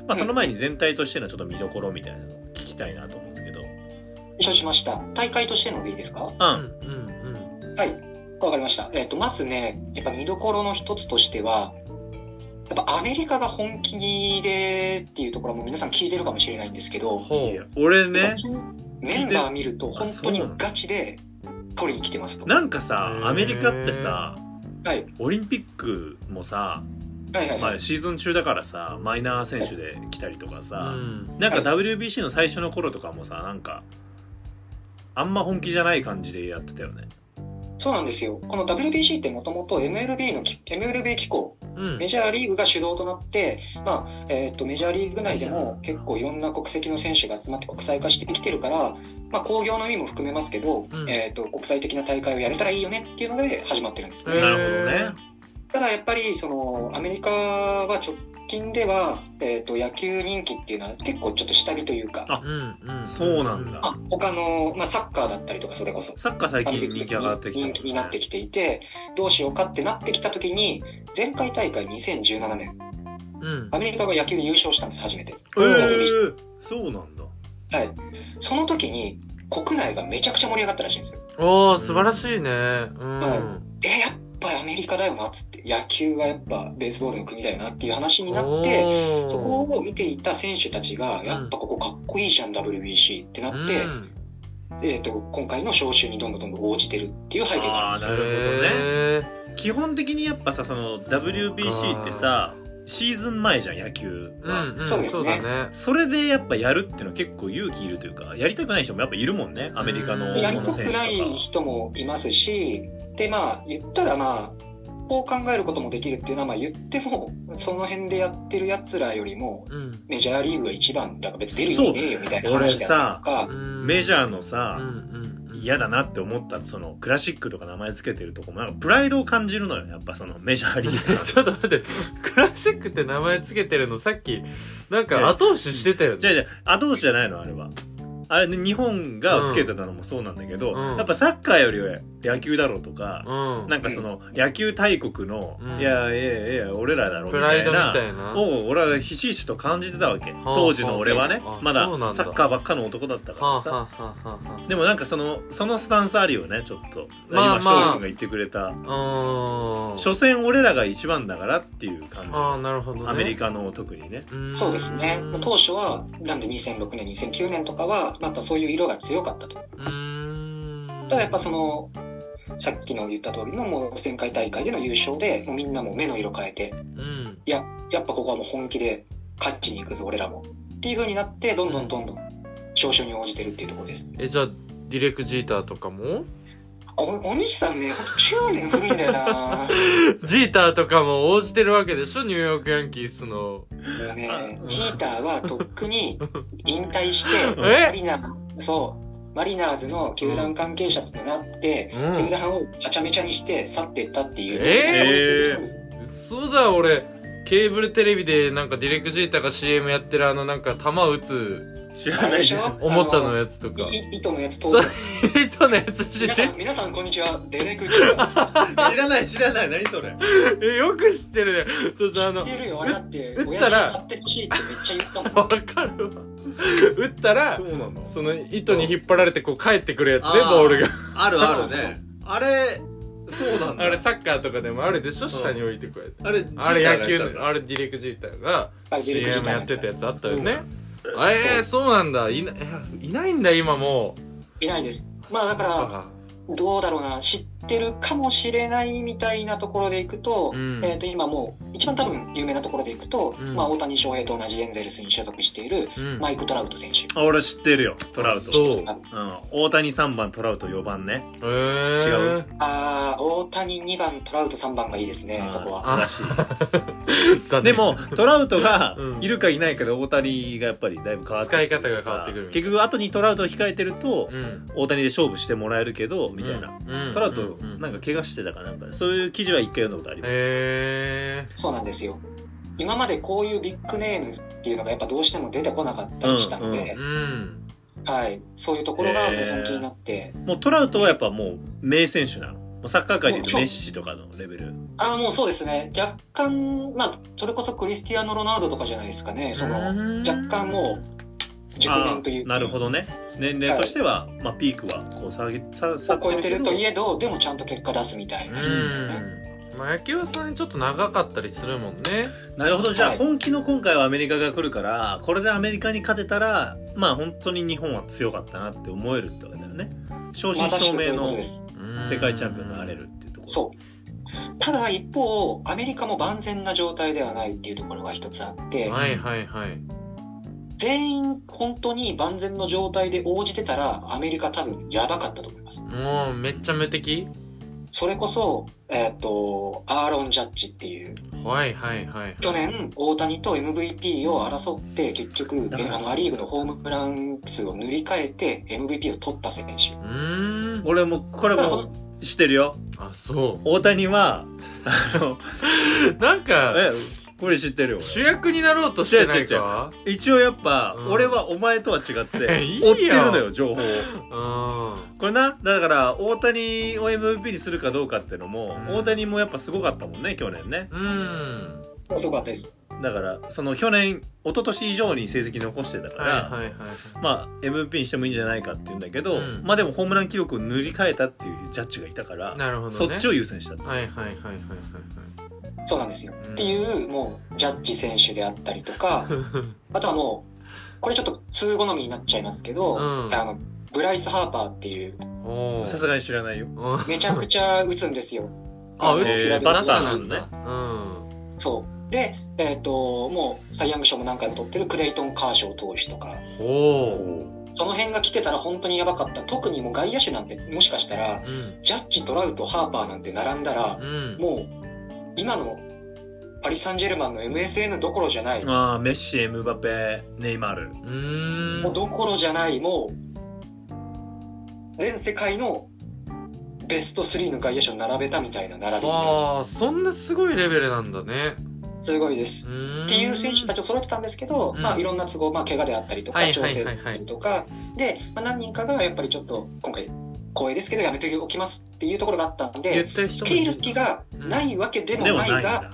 B: まあ、その前に全体としてのちょっと見どころみたいなのを聞きたいなと思うんですけど。
C: 承知しました大会としてのでいいですか
A: う
B: う
A: ん
B: ん
A: うん
C: はい、わかりました。えっ、と、まずね、やっぱ見どころの一つとしては、やっぱアメリカが本気でっていうところはもう皆さん聞いてるかもしれないんですけ
A: うん
C: ど、
A: ほ
B: いや
A: う
B: 俺ね
C: メンバー見ると
B: 聞いてるあ
C: 本当に
B: そうなの
C: ガチで取りに来てますと。
B: なんかさ
A: へー
B: アメリカってさ
C: はい、
B: オリンピックもさ、
C: はいはい
B: ま
C: は
B: あ、
C: い。
B: シーズン中だからさマイナー選手で来たりとか
A: う
B: さ、
A: ん
B: なんか
C: はい
B: WBC の最初の頃とかもさなんかあんま本気じゃない感じでやってたよね
C: そうなんですよ。この WBC ってもともと MLB のき、MLB 機構、
A: うん
C: メジャーリーグが主導となって、まあえー、とメジャーリーグ内でも結構いろんな国籍の選手が集まって国際化してきてるから、まあ、興行の意味も含めますけど、
A: うん
C: えー、と国際的な大会をやれたらいいよねっていうので始まってるんですね、
A: へー
B: なる
C: ただやっぱりそのアメリカは直近では、えー、と野球人気っていうのは結構ちょっと下火というか
B: あ
A: うんうん
B: そうなんだ
C: まあ、他の、まあ、サッカーだったりとかそれこそ
B: サッカー最近人気上がってきたもんね
C: 人気になってきていてどうしようかってなってきた時に前回大会2017年
A: うん
C: アメリカが野球で優勝したんです初めて。
B: えー、そうなんだ
C: はい、その時に国内がめちゃくちゃ盛り上がったらしいんですよ。
A: おー素晴らしいねうん
C: はいえやっぱアメリカだよなっつって野球はやっぱベースボールの国だよなっていう話になって
A: おー
C: そこを見ていた選手たちがやっぱここかっこいいじゃん WBC ってなって、
A: うん
C: えー、と今回の招集にどんどんどんどん応じてるっていう背景がある
B: な
C: んです
B: るほどね
A: へー
B: 基本的にやっぱさその
A: そっか
B: WBC ってさシーズン前じゃん野球
A: う
B: は、
A: んうん
C: そうです
A: そ
C: ね
A: うだね
B: それでやっぱやるってのは結構勇気いるというかやりたくない人もやっぱいるもんねアメリカの
A: うん
C: や
B: 大
C: り
B: 物
C: た
B: 選手
C: く
B: とか
C: ない人もいますしでまあ言ったらまあこう考えることもできるっていうのはまあ言ってもその辺でやってるやつらよりも
A: うん
C: メジャーリーグが一番だから別に出る意味ねえよみたいな話だとか、
A: うん
B: メジ
A: ャ
B: ャーのさ、嫌だなって思ったそのクラシックとか名前つけてるとこもなんかプライドを感じるのよやっぱそのメジャーリー グ
A: ちょっと待ってクラシックって名前つけてるのさっきなんか後押ししてたよ
B: じゃ
A: ね
B: あじゃあ後押しじゃないのあれはあれね日本がつけてたのもそうなんだけど、
A: うん
B: やっぱサッカーよりは野球だろうとか、
A: うん
B: なんかその野球大国の、
A: うん
B: いやいやいや俺らだろみ
A: プラ
B: た
A: イ
B: い
A: ドみ
B: な
A: たいな
B: を俺はひしひしと感じてたわけ当時の俺はね
A: はあはあ
B: ま
A: あ
B: だ
A: そうなんだ
B: サッカーばっかの男だったか
A: はあ
B: ら
A: はあ
B: さ
A: はあはあ
B: でもなんかそのそのスタンスあるよねちょっと
A: まあまあ
B: 今翔くんが言ってくれた
A: あー
B: 所詮俺らが一番だからっていう
A: あー
B: 感
A: なるほど
B: じ
A: ね
B: アメリカの特にね
A: うん
C: そうですね当初はなんで2006年2009年とかはまたそういう色が強かったと
A: うん
C: ただやっぱそのさっきの言った通りのもう前回大会での優勝でもうみんなもう目の色変えて
A: うん
C: いややっぱここはもう本気で勝ちに行くぞ俺らもっていう風になってどんどんどんどん少々に応じてるっていうところです
A: えじゃあディレク・ジーターとかも
C: おお兄さんねほんと10年古いんだよなも
A: ジーターとかも応じてるわけでしょニューヨーク・ヤンキースの
C: うねジーターはとっ くに引退して
A: え
C: マリナーそうマリナーズの球団関係者となって、
A: うん
C: 球団をはちゃめちゃにして去っていったっていう、
A: え
B: ー
C: そういうことです
A: 嘘だ俺ケーブルテレビでなんかディレク・ジータが CM やってるあのなんか球打つ
B: 知
C: あ
B: ら
C: れ
B: ない
C: でし
B: じゃん
C: ょ
A: おもちゃの
C: や
A: やつとか
C: 糸のやつ当
A: そ
C: 然
A: う 糸のやつ知って
C: 皆さ
A: る
C: ん皆さんこんにちはデレク・ジーター
B: 知らない知らない何それ
A: えよく知ってるねそう そうあ
C: 知
A: の
C: ってるよあれだって
A: 打っ
C: 親
A: た
C: 父
A: ら
C: に買ってほしいってめっちゃ言ったもん
A: わかるわ打ったら
B: そうなの
A: その糸に引っ張られてこう帰ってくるやつね
B: あー
A: ボールが
B: あるあるねあれそうなんだ
A: あれサッカーとかでもあるでしょ下に置いてこうやって
B: あれ
A: あれ野球の
B: の
A: あれディレク・ジーターが
C: あれデレクジー
A: CM
C: ター
A: やってたやつあったよねえー、そうなんだいないやいないんだ今も
C: いないです
A: う
C: まあだから
A: ら
C: どうだろうな、知ってるかもしれないみたいなところでいくと、
A: うん
C: えっ、と、今もう、一番多分有名なところでいくと、
A: うん
C: まあ、大谷翔平と同じエンゼルスに所属している、
A: うん
C: マイク・トラウト選手。
B: あ俺知ってるよトラウ
A: あ
B: ト
A: そう
C: 知ってますか
B: うん、大谷3番トラウト4番ね
A: えー、
B: 違う
C: あー大谷2番、トラウト3番がいいですね、そこは。
B: あ ー素晴らし
A: 残
B: いで
A: 念
B: もトラウトが
A: うん
B: いるかいないかで大谷がやっぱりだいぶ変わってきてるか
A: 使
B: ら
A: い方が変わってくるみたい
B: 結局後にトラウトを控えてると、
A: うん
B: 大谷で勝負してもらえるけどみたいな、
A: うん
B: トラウト
A: うんうん
B: なんか怪我してたかなんかそういう記事は一回読んだことあります、
A: へえ
C: そうなんですよ。今までこういうビッグネームっていうのがやっぱどうしても出てこなかったりしたので、
A: ー、うん
C: はい、そういうところがもう本気になって、
B: もうトラウトはやっぱもう名選手なのもうサッカー界でいうとメッシとかのレベル
C: ああ、もうそうですね、若干、まあ、それこそクリスティアーノ・ロナウドとかじゃないですかね、その、
A: うん
C: 若干もう、熟年という
B: あーなるほどね年齢としては、まあ、ピークはこう下げささ
C: を超えてるといえど、でもちゃんと結果出すみたいな感じですよね。
A: まあ野球はそんなにちょっと長かったりするもんね
B: なるほどじゃあ
C: はい
B: 本気の今回はアメリカが来るからこれでアメリカに勝てたらまあ本当に日本は強かったなって思えるってわけだよね正真
C: まさし
B: 正
C: くそうい
B: 銘
C: うこ
B: の
C: とです。
A: うん
B: 世界チャンピオンになれるっていうところ
C: そう。ただ一方、アメリカも万全な状態ではないっていうところが一つあって、
A: はいはいはい
C: 全員本当に万全の状態で応じてたら、アメリカ多分やばかったと思います。
A: もうめっちゃ無敵
C: それこそ、えっ、と、アーロン・ジャッジっていう、
A: はいはいはい
C: 去年、大谷と MVP を争って、結局、
B: だ
C: え
B: から
C: あのア・リーグのホームラン数を塗り替えて、MVP を取った選手。
A: うーん
B: 俺もこれも知ってるよ
A: あそ
B: 大谷はあの
A: うなんか
B: えこれ知ってるよ俺
A: 主役になろうとしてないか
B: 一応やっぱ、
A: うん
B: 俺はお前とは違って
A: いいよ
B: 追ってるのよ情報を
A: うん
B: これなだから大谷を MVP にするかどうかってのも、
A: うん
B: 大谷もやっぱすごかったもんね去年ね
A: うん
C: すごかったです。
B: だからその去年一昨年以上に成績残してたから、
A: はいはいはい
B: まあ MVP にしてもいいんじゃないかって言うんだけど、
A: うん
B: まあでもホームラン記録を塗り替えたっていうジャッジがいたから、
A: なるほどね
B: そっちを優先したって
A: はいはいはいはいはい
C: そうなんですよ。
A: うん
C: っていう、もう、ジャッジ選手であったりとか、
A: はい
C: あとはもう、これちょっと通好みになっちゃいますけど、
A: うん
C: あの、ブライス・ハーパーっていう、
A: おー
B: さすがに知らないよ
A: うん
C: めちゃくちゃ打つんですよ。
A: あ、
C: の
A: 打
B: え
A: つ
B: ー
C: 平手
B: バ
A: 打
C: 打
B: ッ
C: ち
A: 者
B: ター
A: な
B: なん
A: ん
B: だ
A: だ。うん。
C: そう。で、えっ、と、もう、サイ・ヤング賞も何回も取ってるクレイトン・カーショー投手とか、
A: ほ
C: その辺が来てたら本当にやばかった。特にもう外野手なんて、もしかした
A: う。
C: ら、
A: うん。
C: ジャッジ、トラウト、ハーパーなんて並んだら
A: う、ん。
C: もう、今のパリ・サンジェルマンの MSN どころじゃない、
B: ああメッシエムバペネイマール
A: うーん。
C: もうどころじゃない、もう、全世界のベスト3の外野手を並べたみたいな並びになる
A: ああ、そんなすごいレベルなんだね。
C: すごいです
A: う。ーん。
C: っていう選手たちを揃えてたんですけど、
A: うん
C: まあ、いろんな都合、まあ、怪我であったりと
A: は
C: か、
A: い
C: 調
A: はい
C: 整
A: は
C: だ
A: い
C: った
A: はい
C: りとか、で、まあ、何人かがやっぱりちょっと、今回、光栄ですけど、やめておきますっていうところがあったん
A: 言
C: で、
A: ってる人
C: ス
A: も
C: ケ
A: い
C: ー
A: る
C: ル隙がないわけでも
B: では
C: な
B: ないいん
C: が、
B: だ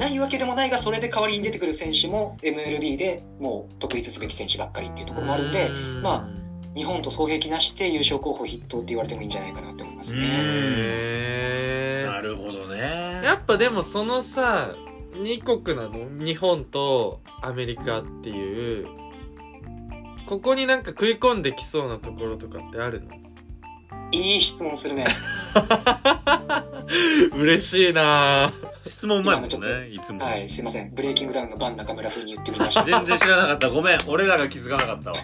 C: ないわけでもないが、それで代わりに出てくる選手も MLB でもう特筆すべき選手ばっかりっていうところもあるんで、
A: う
C: ま日本と双璧なしで優勝候補筆頭って言われてもいいんじゃないかなって思います
A: あ
B: う
C: ね。
A: へ
B: なるほどね
A: え。やっぱでもそのさ、二国なの日本とアメリカっていう。ここになんか食い込んできそうなところとかってあるの
C: いい質問す るね。
A: 嬉しいな
B: 質問うまいも
C: 今
B: ん
C: のちょっ
B: ねいつも、
C: はい、すいません。ブレイキングダウンのバン中村風に言ってみ ました。
B: 全然知らなかったごめん俺らが気づかなかったわ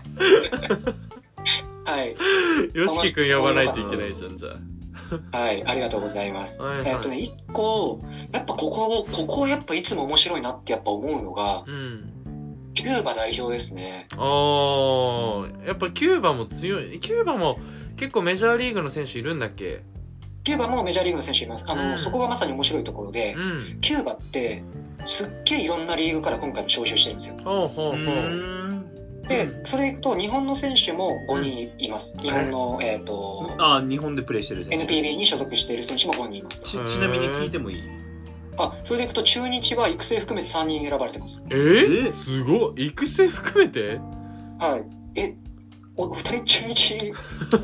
C: はい、
A: よしきくん呼ばないといけないじゃん、じゃあ。
C: はい、ありがとうございます。
A: はいはい
C: えっとね、一個、やっぱここを、ここはやっぱいつも面白いなってやっぱ思うのが、
A: うん。
C: キューバ代表ですね。
A: ああ、やっぱキューバも強い。キューバも結構メジャーリーグの選手いるんだっけ
C: キューバもメジャーリーグの選手います。あの、
A: うん
C: そこがまさに面白いところで、
A: うん。
C: キューバって、すっげえいろんなリーグから今回も招集してるんですよ。
A: ほうほうほ
B: う
A: う。
B: ーん
C: で、それいくと、日本の選手も5人います。日本の、えっ、と、
B: ああ日本でプレーしてる選手
C: NPB に所属している選手も5人います。
B: ちちなみに聞いてもいい
C: あ、それでいくと、中日は育成含めて3人選ばれてます。
A: えー、
B: え
A: すごい。育成含めて
C: はい。え、お、二人中日、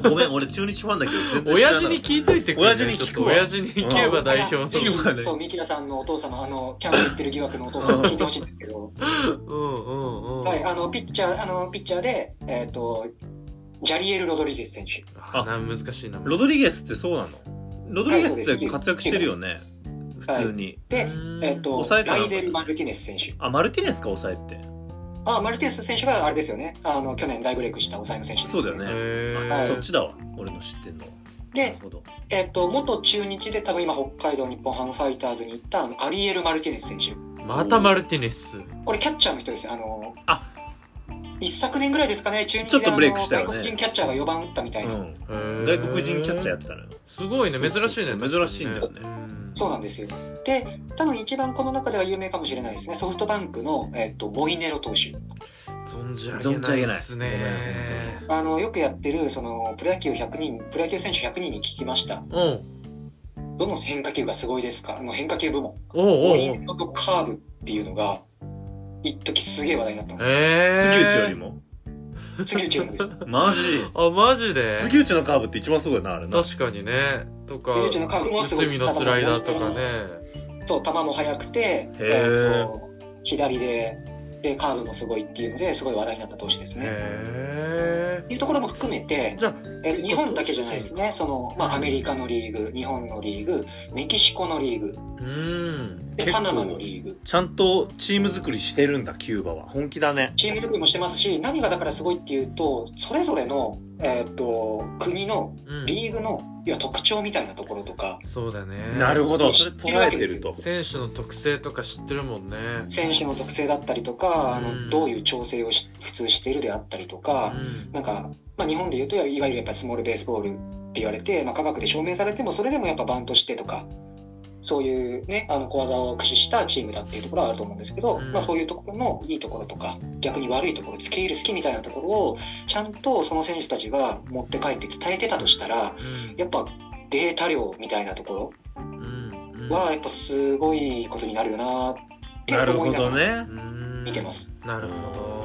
B: ごめん俺中日ファンだけど全然知らな
A: 親
B: かった
A: 父に聞いといてくれ、ね。
B: 親父に聞く
A: ち
B: わ
A: ょっと親父にキューバ代表の。
B: キューバね
C: そう、三木田さんのお父様、あの、キャンプ行ってる疑惑のお父様に聞いてほしいんですけど、
A: うんうんうん。
C: はい、あの、ピッチャー、あの、ピッチャーで、えっ、と、ジャリエル・ロドリゲス選手。
A: あ
B: あ
A: な難しい名前
B: ロドリゲスってそうなのロドリゲスって活躍してるよね普通に
C: で、えっ、と
B: 抑え、てな
C: ラ
B: かった
C: イデル・マルティネス選手。
B: あマルティネスか抑えって
C: あ、マルティネス選手があれですよね。あの、去年大ブレイクした抑えの選手です
B: そうだよね
A: へ
B: あ
A: ー
B: そっちだわ俺の知ってんのはなる
C: で、
B: ほど
C: えっと、元中日で多分今北海道日本ハムファイターズに行ったあのアリエル・マルティネス選手。
A: またマルティネス
C: これキャッチャーの人です。あの、
B: あ
C: 一昨年ぐらいですかね、中日で
B: ちょっとブレイクしたよね
C: あの外国人キャッチャーが4番打ったみたいな。
B: うん
A: 外
B: 外国人キャッチャーやってたのよ
A: すごいね
B: そうそう
A: 珍しいね
B: そう珍しいんだよね
C: そうなんですよ。で、多分一番この中では有名かもしれないですね。ソフトバンクの、えっと、モイネロ投手。
A: 存じ上げないですね
C: あの、よくやってる、その、プロ野球100人、プロ野球選手100人に聞きました。
A: うん
C: どの変化球がすごいですかあの変化球部門。
A: おうお
C: モ
A: う
C: イ
A: おう
C: ネロとカーブっていうのが、一時すげえ話題になったんですよ。
A: えー
B: 杉内よりも
C: 次打ちのです。
B: マジ
A: あマジで
B: 杉内のカーブって一番すごいなあれな
A: 確かにねとか
C: 杉内のカーブもすごい
A: 内海のスライダーとかね
C: と、球も速くて、
B: ー
C: えっと、左で、で、カーブもすごいっていうので、すごい話題になった投手ですね。
A: へ
C: いうところも含めて、
A: じゃあ
C: えー日本だけじゃないですね、その、まあ、アメリカのリーグ、日本のリーグ、メキシコのリーグ、
A: ーうん
C: で
B: 結構
C: パナマのリーグ、
B: ちゃんとチーム作りしてるんだキューバは本気だね
C: チーム作りもしてますし、何がだからすごいっていうと、それぞれの、えっと国の
A: うん
C: リーグの、いや特徴みたいなところとか、
A: そうだね
B: なる
A: ほ
B: ほどそれ捉えてると
A: 選手の特性とか知ってるもんね
C: 選手の特性だったりとか、あ
A: うん
C: のどういう調整をし普通しているであったりとか、
A: うん
C: なんか、まあ、日本でいうと、いわゆるやっぱスモールベースボールって言われて、まあ、科学で証明されても、それでもやっぱバントしてとか、そういうね、あの小技を駆使したチームだっていうところはあると思うんですけど、
A: うん
C: まあ、そういうところのいいところとか、逆に悪いところ、付け入る隙みたいなところを、ちゃんとその選手たちが持って帰って伝えてたとしたら、
A: うん
C: やっぱデータ量みたいなとこ
A: うんうん
C: ろは、やっぱすごいことになるよなって
B: なる
C: 思
B: ほ
C: いなが
B: ど
C: ら
B: ね
A: うん
C: 見てます。
A: なるほ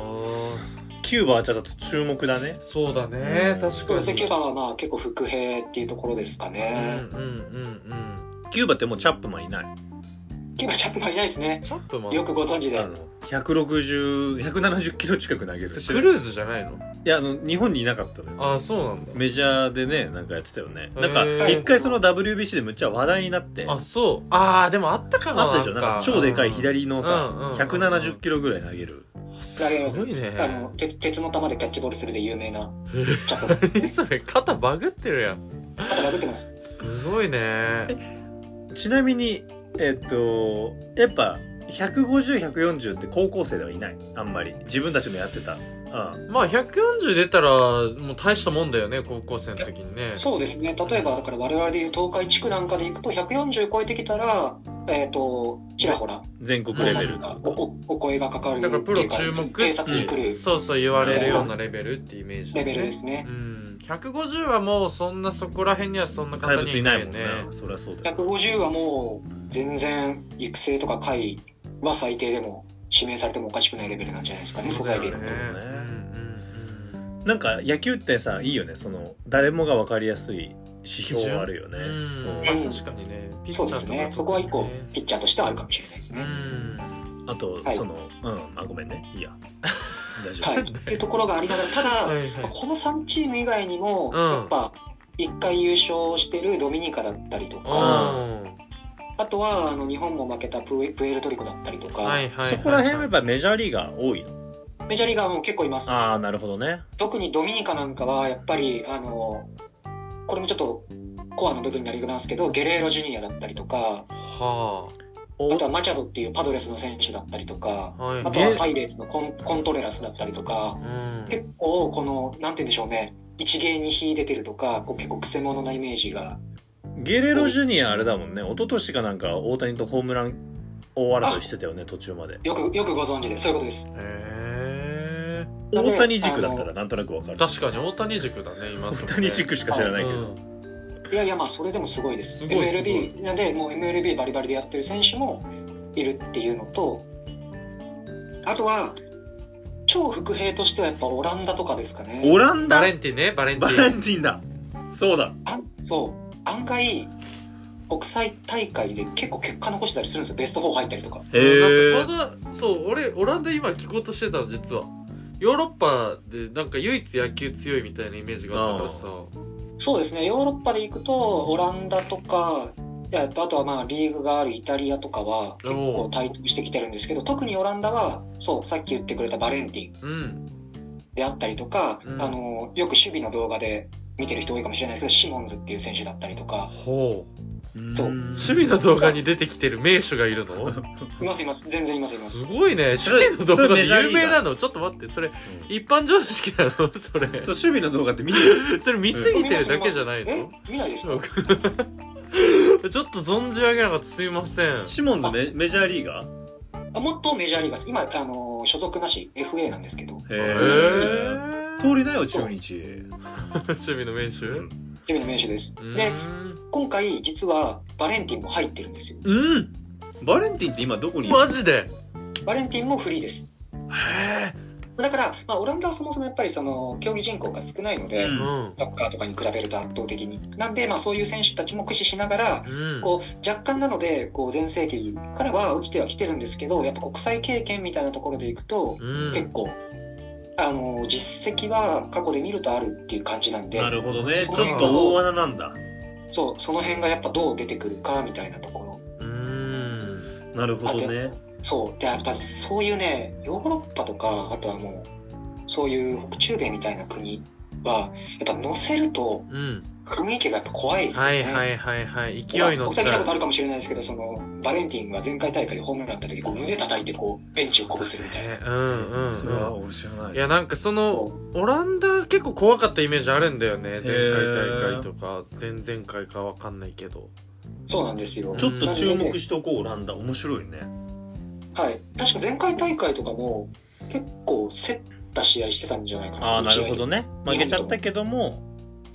B: キューバはちょっと注目だね
A: どそうだね
B: うん
A: 確
C: そう
A: か
C: ですね、
A: に
C: 9番はまあ結構、伏兵っていうところですか
A: うんうん
C: ね。
A: うん
B: キューバってもうチャップマンいない
C: 9番、チャップマンいないですね
A: う。んチャップマン
C: よくご存知で
B: あ。の160170キロ近く投げる
A: クルーズじゃないの
B: いやあの日本にいなかったのよ
A: ああそうなんだ
B: メジャーでねなんかやってたよね
A: へー
B: なんか一回その WBC でむっちゃ話題になって
A: あそうああでもあったかも
B: あったでしょなんか超でかい左の
A: うんうんうん
B: さ170キロぐらい投げる
A: すごいね
C: あの鉄鉄の球でキャッチボールするで有名な
A: へー。
C: チャップマンですね
A: それ肩バグってるやん
C: 肩殴ってます。
A: すごいね
B: ちなみにえっとやっぱ150140って高校生ではいないあんまり自分たちのやってたうん
A: まあ140出たらもう大したもんだよね高校生の時にね
C: そうですね。例えばだから我々でいう東海地区なんかで行くと140超えてきたら、えっ、とちらほら
B: 全国
A: プ
B: レ
A: レ
B: ベ
A: ベ
B: ル
A: ル
C: おおお声がかかる
A: だからプロ注目
C: っていうか偵察に来る
A: そうそう言われるようなレベルってイメージだ
C: レ
A: ね
C: ベルですね
A: う。ん150はもうそんなそこら辺にはそんな
B: 怪
A: 方
B: 物
A: にい
B: い
A: な
B: ないい
A: よ
B: もん
A: ね
B: ねそりゃそうだよ
C: 150はもう全然育成とか会は最低でも指名されてもおかしくないレベルなんじゃないですかね。素材で言う
A: ね
C: と。
A: うん
B: なんか野球ってさいいよねその誰もが分かりやすい指標はあるよね
A: うんうん
B: そう
A: まあ確かにねピッチャー
C: そ
A: と
C: うで
A: か
C: すね。そこは一個ピッチャーとしてはあるかもしれないです
A: う
C: ね。
A: ん
B: あと、
C: はい
B: そのうんあごめんねいいや大丈夫、
C: はい。っていうところがありながら、ただ、
A: はいは
C: まあ
A: い
C: この3チーム以外にも、
A: うん
C: やっぱ1回優勝してるドミニカだったりとか、
A: う
C: あとはあの日本も負けたプエプエルトリコだったりとか、
A: んはいはいはいはい
B: そこら辺はやっぱメジャーリーガー多いの
C: メジャーリーガーも結構います
B: ああなるほどね
C: 特にドミニカなんかはやっぱりあのこれもちょっとコアの部分になりますけどゲレーロジュニアだったりとか
A: は
B: お
C: あとはマチャドっていうパドレスの選手だったりとか
A: あはい
C: あとはパイレーツのコンコントレラスだったりとか
A: うん
C: 結構このなんて言うんでしょうね一芸に秀でてるとかこう結構くせ者なイメージが
B: ゲレロジュニアあれだもんね一昨年かなんか大谷とホームラン大争いしてたよね途中まで
C: よくよくご存知でそういうことです。
A: へえ
C: なんで
B: 大谷軸だった
C: あ
B: らなんとなくわかる
A: 確かに大谷軸だね今のとこね
B: 大谷軸しか知らないけど、
A: うん
C: いやいや、まあ、それでもすごいです。
A: すごい
C: MLB、なんで、もう MLB バリバリでやってる選手もいるっていうのと、あとは、超副兵としてはやっぱオランダとかですかね。
B: オランダ
A: バレンティンねバレンテ
B: バレ
A: ィン
B: ンティンだそうだ
C: あそう。案外、国際大会で結構結果残したりするんですよ。ベスト4入ったりとか。
B: へえ
A: なんかそんなそう俺オランダ今聞こうとしてたの実はヨーロッパでなんか唯一野球強いみたいなイメージがあったからさ
C: そうですね、ヨーロッパで行くと、オランダとか、えっとあとはまあリーグがあるイタリアとかは結構台頭してきてるんですけど、特にオランダは、そう、さっき言ってくれたバレンティン
A: うん
C: であったりとか、
A: うん
C: あの、よく守備の動画で見てる人多いかもしれないですけど、シモンズっていう選手だったりとか、
A: ほう
C: そう
A: 趣味の動画に出てきてる名手がいるの
C: いますいます、全然いますいます。
A: すごいね趣
B: それ
A: 味の動画
B: それ
A: で
B: メジャーリ
A: 有
B: ーガー
A: 名なのちょっと待ってそれ
B: うん
A: 一般常識なの それ
B: そう守備の動画って見る
A: それ見すぎてるだけじゃない の
C: え見ないですか
A: ちょっと存じ上げなかったすいません
B: シモンズメメジャーリーガー
C: あもっとメジャーリーガーです。今、あの、所属なし FA なんですけど、
A: へ
B: へえ
A: ー
B: 通りだよ中日
A: 趣味の名手
B: うん
C: 守備の名手です。
A: う
C: で、
A: ん
C: 今回実はバレンティンも入ってるんですよ。
A: うん
B: バレンティンって今どこにいる
A: マジで
C: バレンティンもフリーです。
A: へえ
C: だから、まあ、オランダはそもそもやっぱりその競技人口が少ないので、
B: う
A: うんん
C: サッカーとかに比べると圧倒的に。なんで、まあ、そういう選手たちも駆使しながら、
A: うん
C: こう若干なのでこう前世紀からは落ちてはきてるんですけどやっぱ国際経験みたいなところでいくと
A: うん
C: 結構、あの実績は過去で見るとあるっていう感じなんで
B: なるほどねち
C: そ
B: ょ
C: う
B: っと大穴なんだ
C: そうその辺がやっぱどう出てくるかみたいなところ
A: うん
B: なるほどね
C: そうでやっぱそういうねヨーロッパとかあとはもうそういう北中米みたいな国はやっぱ乗せると
A: うん
C: 雰囲気がやっぱ怖いですよ
A: は
C: ね。
A: いはいはいはい勢
C: まあ
A: い乗っ
C: 僕
A: ち
C: だけ見たこと
A: ゃ
C: あ
A: う
C: るかもしれないですけど、その、バレンティンは前回大会でホームラン打った時、こう胸叩いて、こう、ベンチを鼓舞するみたいな
A: へ。ーうんうん
B: それは
A: う
B: 俺知らない
A: んいやなんかその
C: こ
A: オランダ結構怖かったイメージあるんだよね前回大
B: へー
A: 会とか前々回かわかんないけど
C: うそうなんですよ。
B: ちょっと注目しとこうオランダ面白いね
C: はい。確か前回大会とかも、結構、競った試合してたんじゃないかな。
B: ああなるほ
C: 打ち
B: どね負けちゃったけども
C: 合い。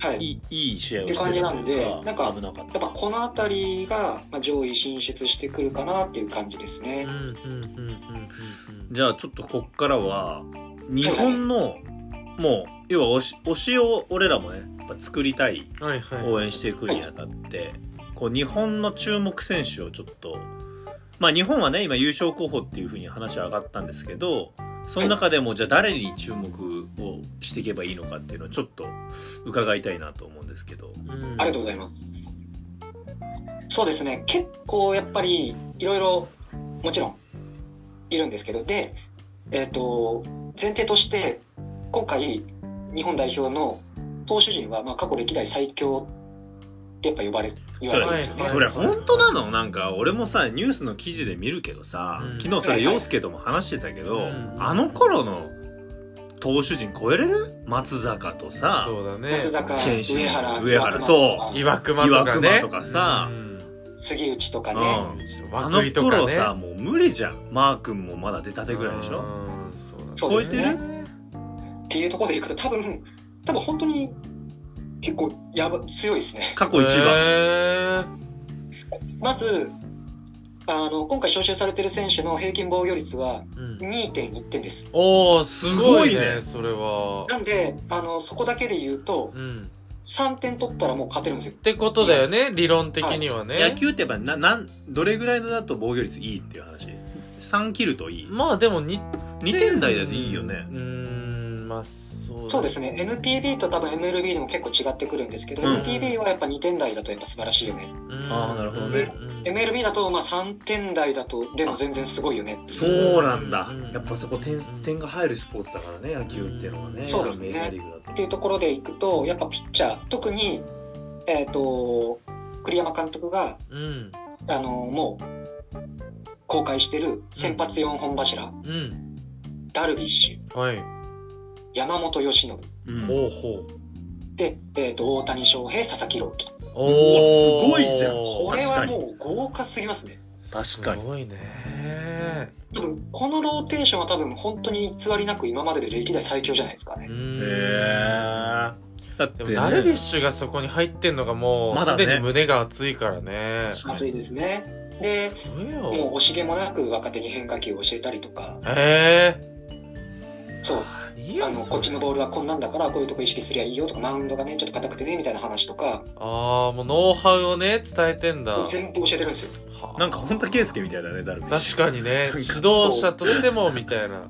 C: はい。
B: いいいい試合をして
C: って感じなんで
B: という
C: なんか
B: 危なかった
C: やっぱこの辺りが、まあ、上位進出してくるかなっていう感じです
A: うん
C: ね
A: うん。うんうんうん
B: じゃあちょっとこっからは日本のもう要は推し推しを俺らもねやっぱ作りたい
A: うんはいはい
B: 応援していくにあたってこう日本の注目選手をちょっとまあ日本はね今優勝候補っていうふうに話は上がったんですけどその中でもじゃあ誰に注目をしていけばいいのかっていうのをちょっと伺いたいなと思うんですけど
A: うん
C: ありがとうございます。そうですね。結構やっぱりいろいろもちろんいるんですけど、で、えっ、と、前提として今回日本代表の投手陣は、まあ、過去歴代最強ってやっぱ呼ばれ、言
B: そ
C: わ
B: れ
C: れてるんですよね。
A: はい
B: それ本当なのなんか俺もさニュースの記事で見るけどさ
A: うん
B: 昨日それ陽介とも話してたけど
A: うん
B: あの頃の投手陣超えれる松坂とさ
A: そうだね
C: 松坂、
B: 憲伸
C: 上原、
B: 上原
C: 岩隈
B: そ
A: 岩熊とかね
B: 岩熊とかさ
A: うん
C: 杉内とかね、
B: うんあの
A: 涌井とか
B: 頃
A: ね
B: さもう無理じゃんマー君もまだ出たてぐらいでしょ
A: うんそうだね
C: そう
B: 超えてる
C: っていうところでいくと多分、多分本当に結構やば強いですね。
B: 過去一番
A: へ
C: まず、あの、今回招集されてる選手の平均防御率は
A: ーうん
C: 2.1点です。
A: おおすごい
B: すごい
A: ね
B: ね
A: それは
C: なんで、あの、そこだけで言うと、
A: うん
C: 3点取ったらもう勝てるんですよ
A: っ。てことだよね理論的にはね
B: 野球ってやっぱななんどれぐらいのだと防御率いいっていう話3切るといい
A: まあでも2
B: 2点台だといいよね
A: うーんまあそうだ
C: そうですね。NPB と多分 MLB でも結構違ってくるんですけど、
B: うん
C: NPB はやっぱ2点台だとやっぱ素晴らしいよね。
A: うん
B: あーなるほどね
A: うん
C: MLB だとまあ3点台だとでも全然すごいよね。
B: そうなんだ
A: うん
B: やっぱそこ点点が入るスポーツだからね野球っていうのはね
C: そうですね
B: メジャーリーグだ
C: っ
B: と
C: ていうところでいくと、やっぱピッチャー、特に、えっ、と、栗山監督が、
A: うん
C: あの、もう、公開してる先発4本柱、
A: うん
C: ダルビッシュ、
A: はい
C: 山本由伸、
B: うん
A: ほうほう
C: で、えっ、と、大谷翔平、佐々木朗希。
A: お
B: うわすごいじゃん
C: これ
B: 確か
C: は
B: に
C: もう豪華すぎますね。
B: 確かに
A: すごいね
C: 多分、このローテーションは多分本当に偽りなく今までで歴代最強じゃないですか
B: へ
C: ね。
A: え
B: えだって
A: で
B: ね
A: もダルビッシュがそこに入ってんのがもう
B: ま
A: す
B: だね
A: でに胸が熱いからね
B: 確か
C: 熱いですね。で、
A: すごい
C: もう
A: よ
C: 惜しげもなく若手に変化球を教えたりとか、
A: へえ
C: そう、
A: い
C: あの、こっちのボールはこんなんだから、こういうとこ意識すりゃいいよとか、マウンドがね、ちょっと硬くてね、みたいな話とか、
A: ああもうノウハウをね伝えてんだ
C: 全部教えてるんですよ。
A: はあ
B: なんか本田圭佑みたいだねダルビッシ
A: 確
B: ュ
A: かにね
B: なんか
A: 指導者としてもみたいな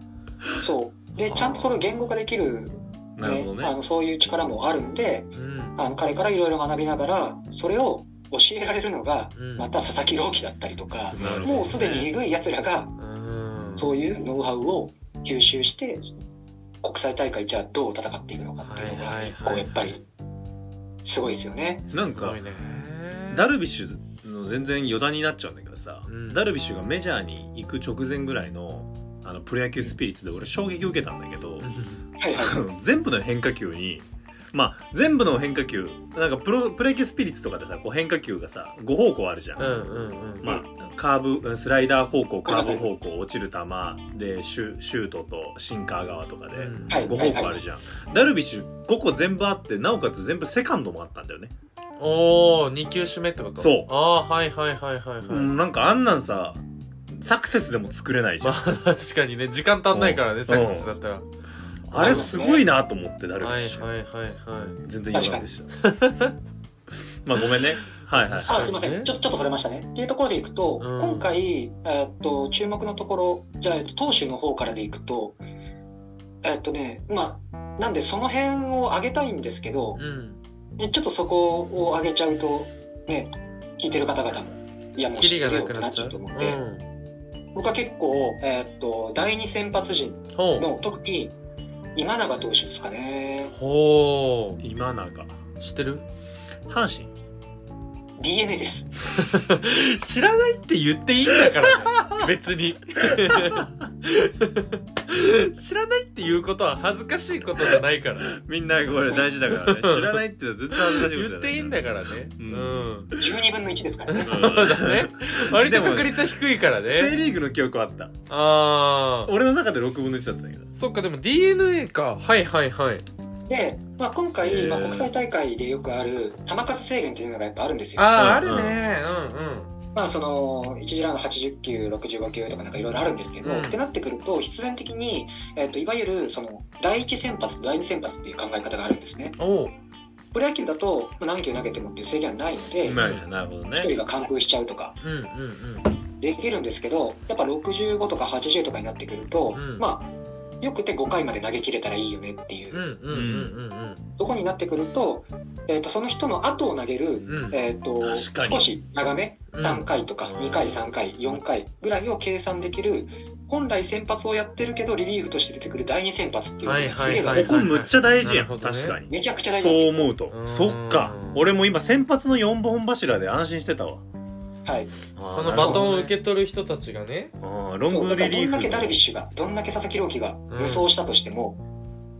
C: そう。でちゃんとそれを言語化できる,、
B: なるほど
C: あ
B: ね
C: のそういう力もあるんで
A: うん
C: あの彼からいろいろ学びながらそれを教えられるのが
A: うん
C: また佐々木朗希だったりとか
A: す、
B: なるほどね
C: もうすでにえぐいやつらが
A: うん
C: そういうノウハウを吸収して国際大会じゃあどう戦っていくのかっていうの
A: は
C: が
A: いはいはいはい
C: 一個やっぱりすごいですよね。
B: なんか
A: すごいね
B: ダルビッシュの全然余談になっちゃうんだけどさ、
A: うん
B: ダルビッシュがメジャーに行く直前ぐらいのあのプロ野球スピリッツで俺衝撃を受けたんだけど
A: うん
C: はいはい
B: あの 全部の変化球にまあ全部の変化球なんかプロプロ野球スピリッツとかでさこう変化球がさ5方向あるじゃん、
A: うんうんうん
B: まあ、カーブスライダー方向カーブ方向落ちる球でシュシュートとシンカー側とかで
A: うん
C: はい
B: 5方向あるじゃん、ダルビッシュ5個全部あってなおかつ全部セカンドもあったんだよね
A: おお2球締めってこと
B: そう
A: ああーはいはいはいはいはい、
B: うん、なんかあんなんさサクセスでも作れないじゃん、
A: まあ確かにね時間足んないからね
B: ん
A: サクセスだったらは
B: あれすごいなと思ってダ
A: い
B: ルビ
A: は
B: ッ
A: い
B: シュ、
A: はいはい
B: 全然余談でしたまあごめんねはいはい
C: あすいませんちょっとちょっと取れましたね。っていうところでいくと、
A: うん
C: 今回、えーっと注目のところじゃあ、えっと投手の方からでいくとえーっとねまあなんでその辺を上げたいんですけど、
A: うん
C: ちょっとそこを上げちゃうとね聞いてる方々もいやもう
A: キ
C: 知
A: リ
C: って
A: がな
C: るよっ
A: く
C: て
A: な
C: なっ
A: っ
C: ち
A: ち
C: ゃ
A: ゃ
C: う
A: う
C: と思って、僕は結構、えーっと第二先発陣
A: うん、ほ
C: の特に今永投手ですかね
A: うほ
B: 今永
A: う知ってる
B: 阪神
C: d n a です
A: 知らないって言っていいんだからね別に 知らないっていうことは恥ずかしいことじゃないから
B: みんなこれ大事だ からね知らないってのは絶対恥ずかしいことじ
A: 言
B: ゃ
A: っ
B: ない
A: ていいんだからね
B: う
A: うんん、
C: 12分の1ですか らね
B: うん
A: そうだね割と
B: でも
A: 確率は低いから
B: セ・
A: ね
B: リーグの記憶あった
A: ああ
B: 俺の中で6分の1だったんだけど
A: そっかでも DNA かはいはいはい
C: で、まあ、今
B: へ
C: 回、
B: ー
C: まあ、国際大会でよくある球数制限っていうのがやっぱあるんですよ。
A: ああ、
B: うん
A: あるねうん
C: まあその1次ラウンド80球65球とかなんかいろいろあるんですけど、
A: うん
C: ってなってくると必然的に、えっといわゆるその第1先発と第2先発っていう考え方があるんですね。
A: うんおう
C: プロ野球だとまあ何球投げてもっていう制限はないので、
B: まあなるほど
C: 1人
B: ね
C: が完封しちゃうとか
A: うんうん
C: できるんですけどやっぱ65とか80とかになってくると、
A: うん
C: まあよくて5回まで投げ切れたらいいよねっていう、
A: うんうんうんうんうん
C: とこになってくると,、えっとその人の後を投げる
A: うんうん
C: えー、と
B: 確かに
C: 少し長め
A: うん
C: 3回とか2回3回4回ぐらいを計算できる本来先発をやってるけどリリーフとして出てくる第2先発っていうのがすげえ
A: は
C: 大
A: い
B: こ
C: 事
B: こむっちゃ大事やん、
A: なるほどね
B: 確かに
C: めちゃくちゃ大事なんで
B: そう
C: すよ
B: 思うと
A: うん
B: そっか俺も今先発の4本柱で安心してたわ
C: はい、
A: そのバトンを受け取る人たちがね
B: あーロ
C: そう
B: ング
C: だか
B: リ
C: らど
B: リーフ
C: んだけダルビッシュがどんだけ佐々木朗希が無双したとしても、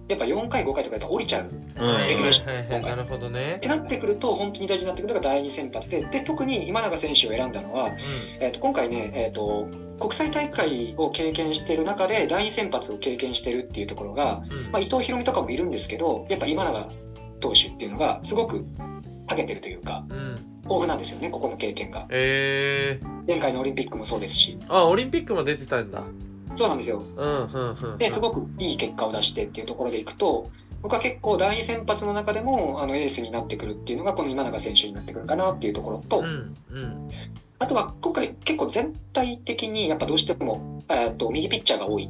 C: やっぱ4回5回とかやっぱ降りちゃうっ
B: うん
A: はいはい
C: レギュレーシ
A: はいはいなるほどね
C: てなってくると本当に大事になってくるのが第2先発でで特に今永選手を選んだのは、えー、と今回ね、えー、と国際大会を経験してる中で第2先発を経験してるっていうところが
A: うんうん
C: まあ、伊藤博美とかもいるんですけどやっぱ今永投手っていうのがすごく長けてるというか
A: うん
C: 豊富なんですよねここの経験が
A: え
C: 前回のオリンピックもそうですし
A: ー、あオリンピックも出てたんだ
C: そうなんですよ
A: うんうんうん
C: ですごくいい結果を出してっていうところでいくと僕は結構第2先発の中でもあのエースになってくるっていうのがこの今永選手になってくるかなっていうところと、
A: うんうん
C: あとは今回結構全体的にやっぱどうしても、えー、と右ピッチャーが多いっ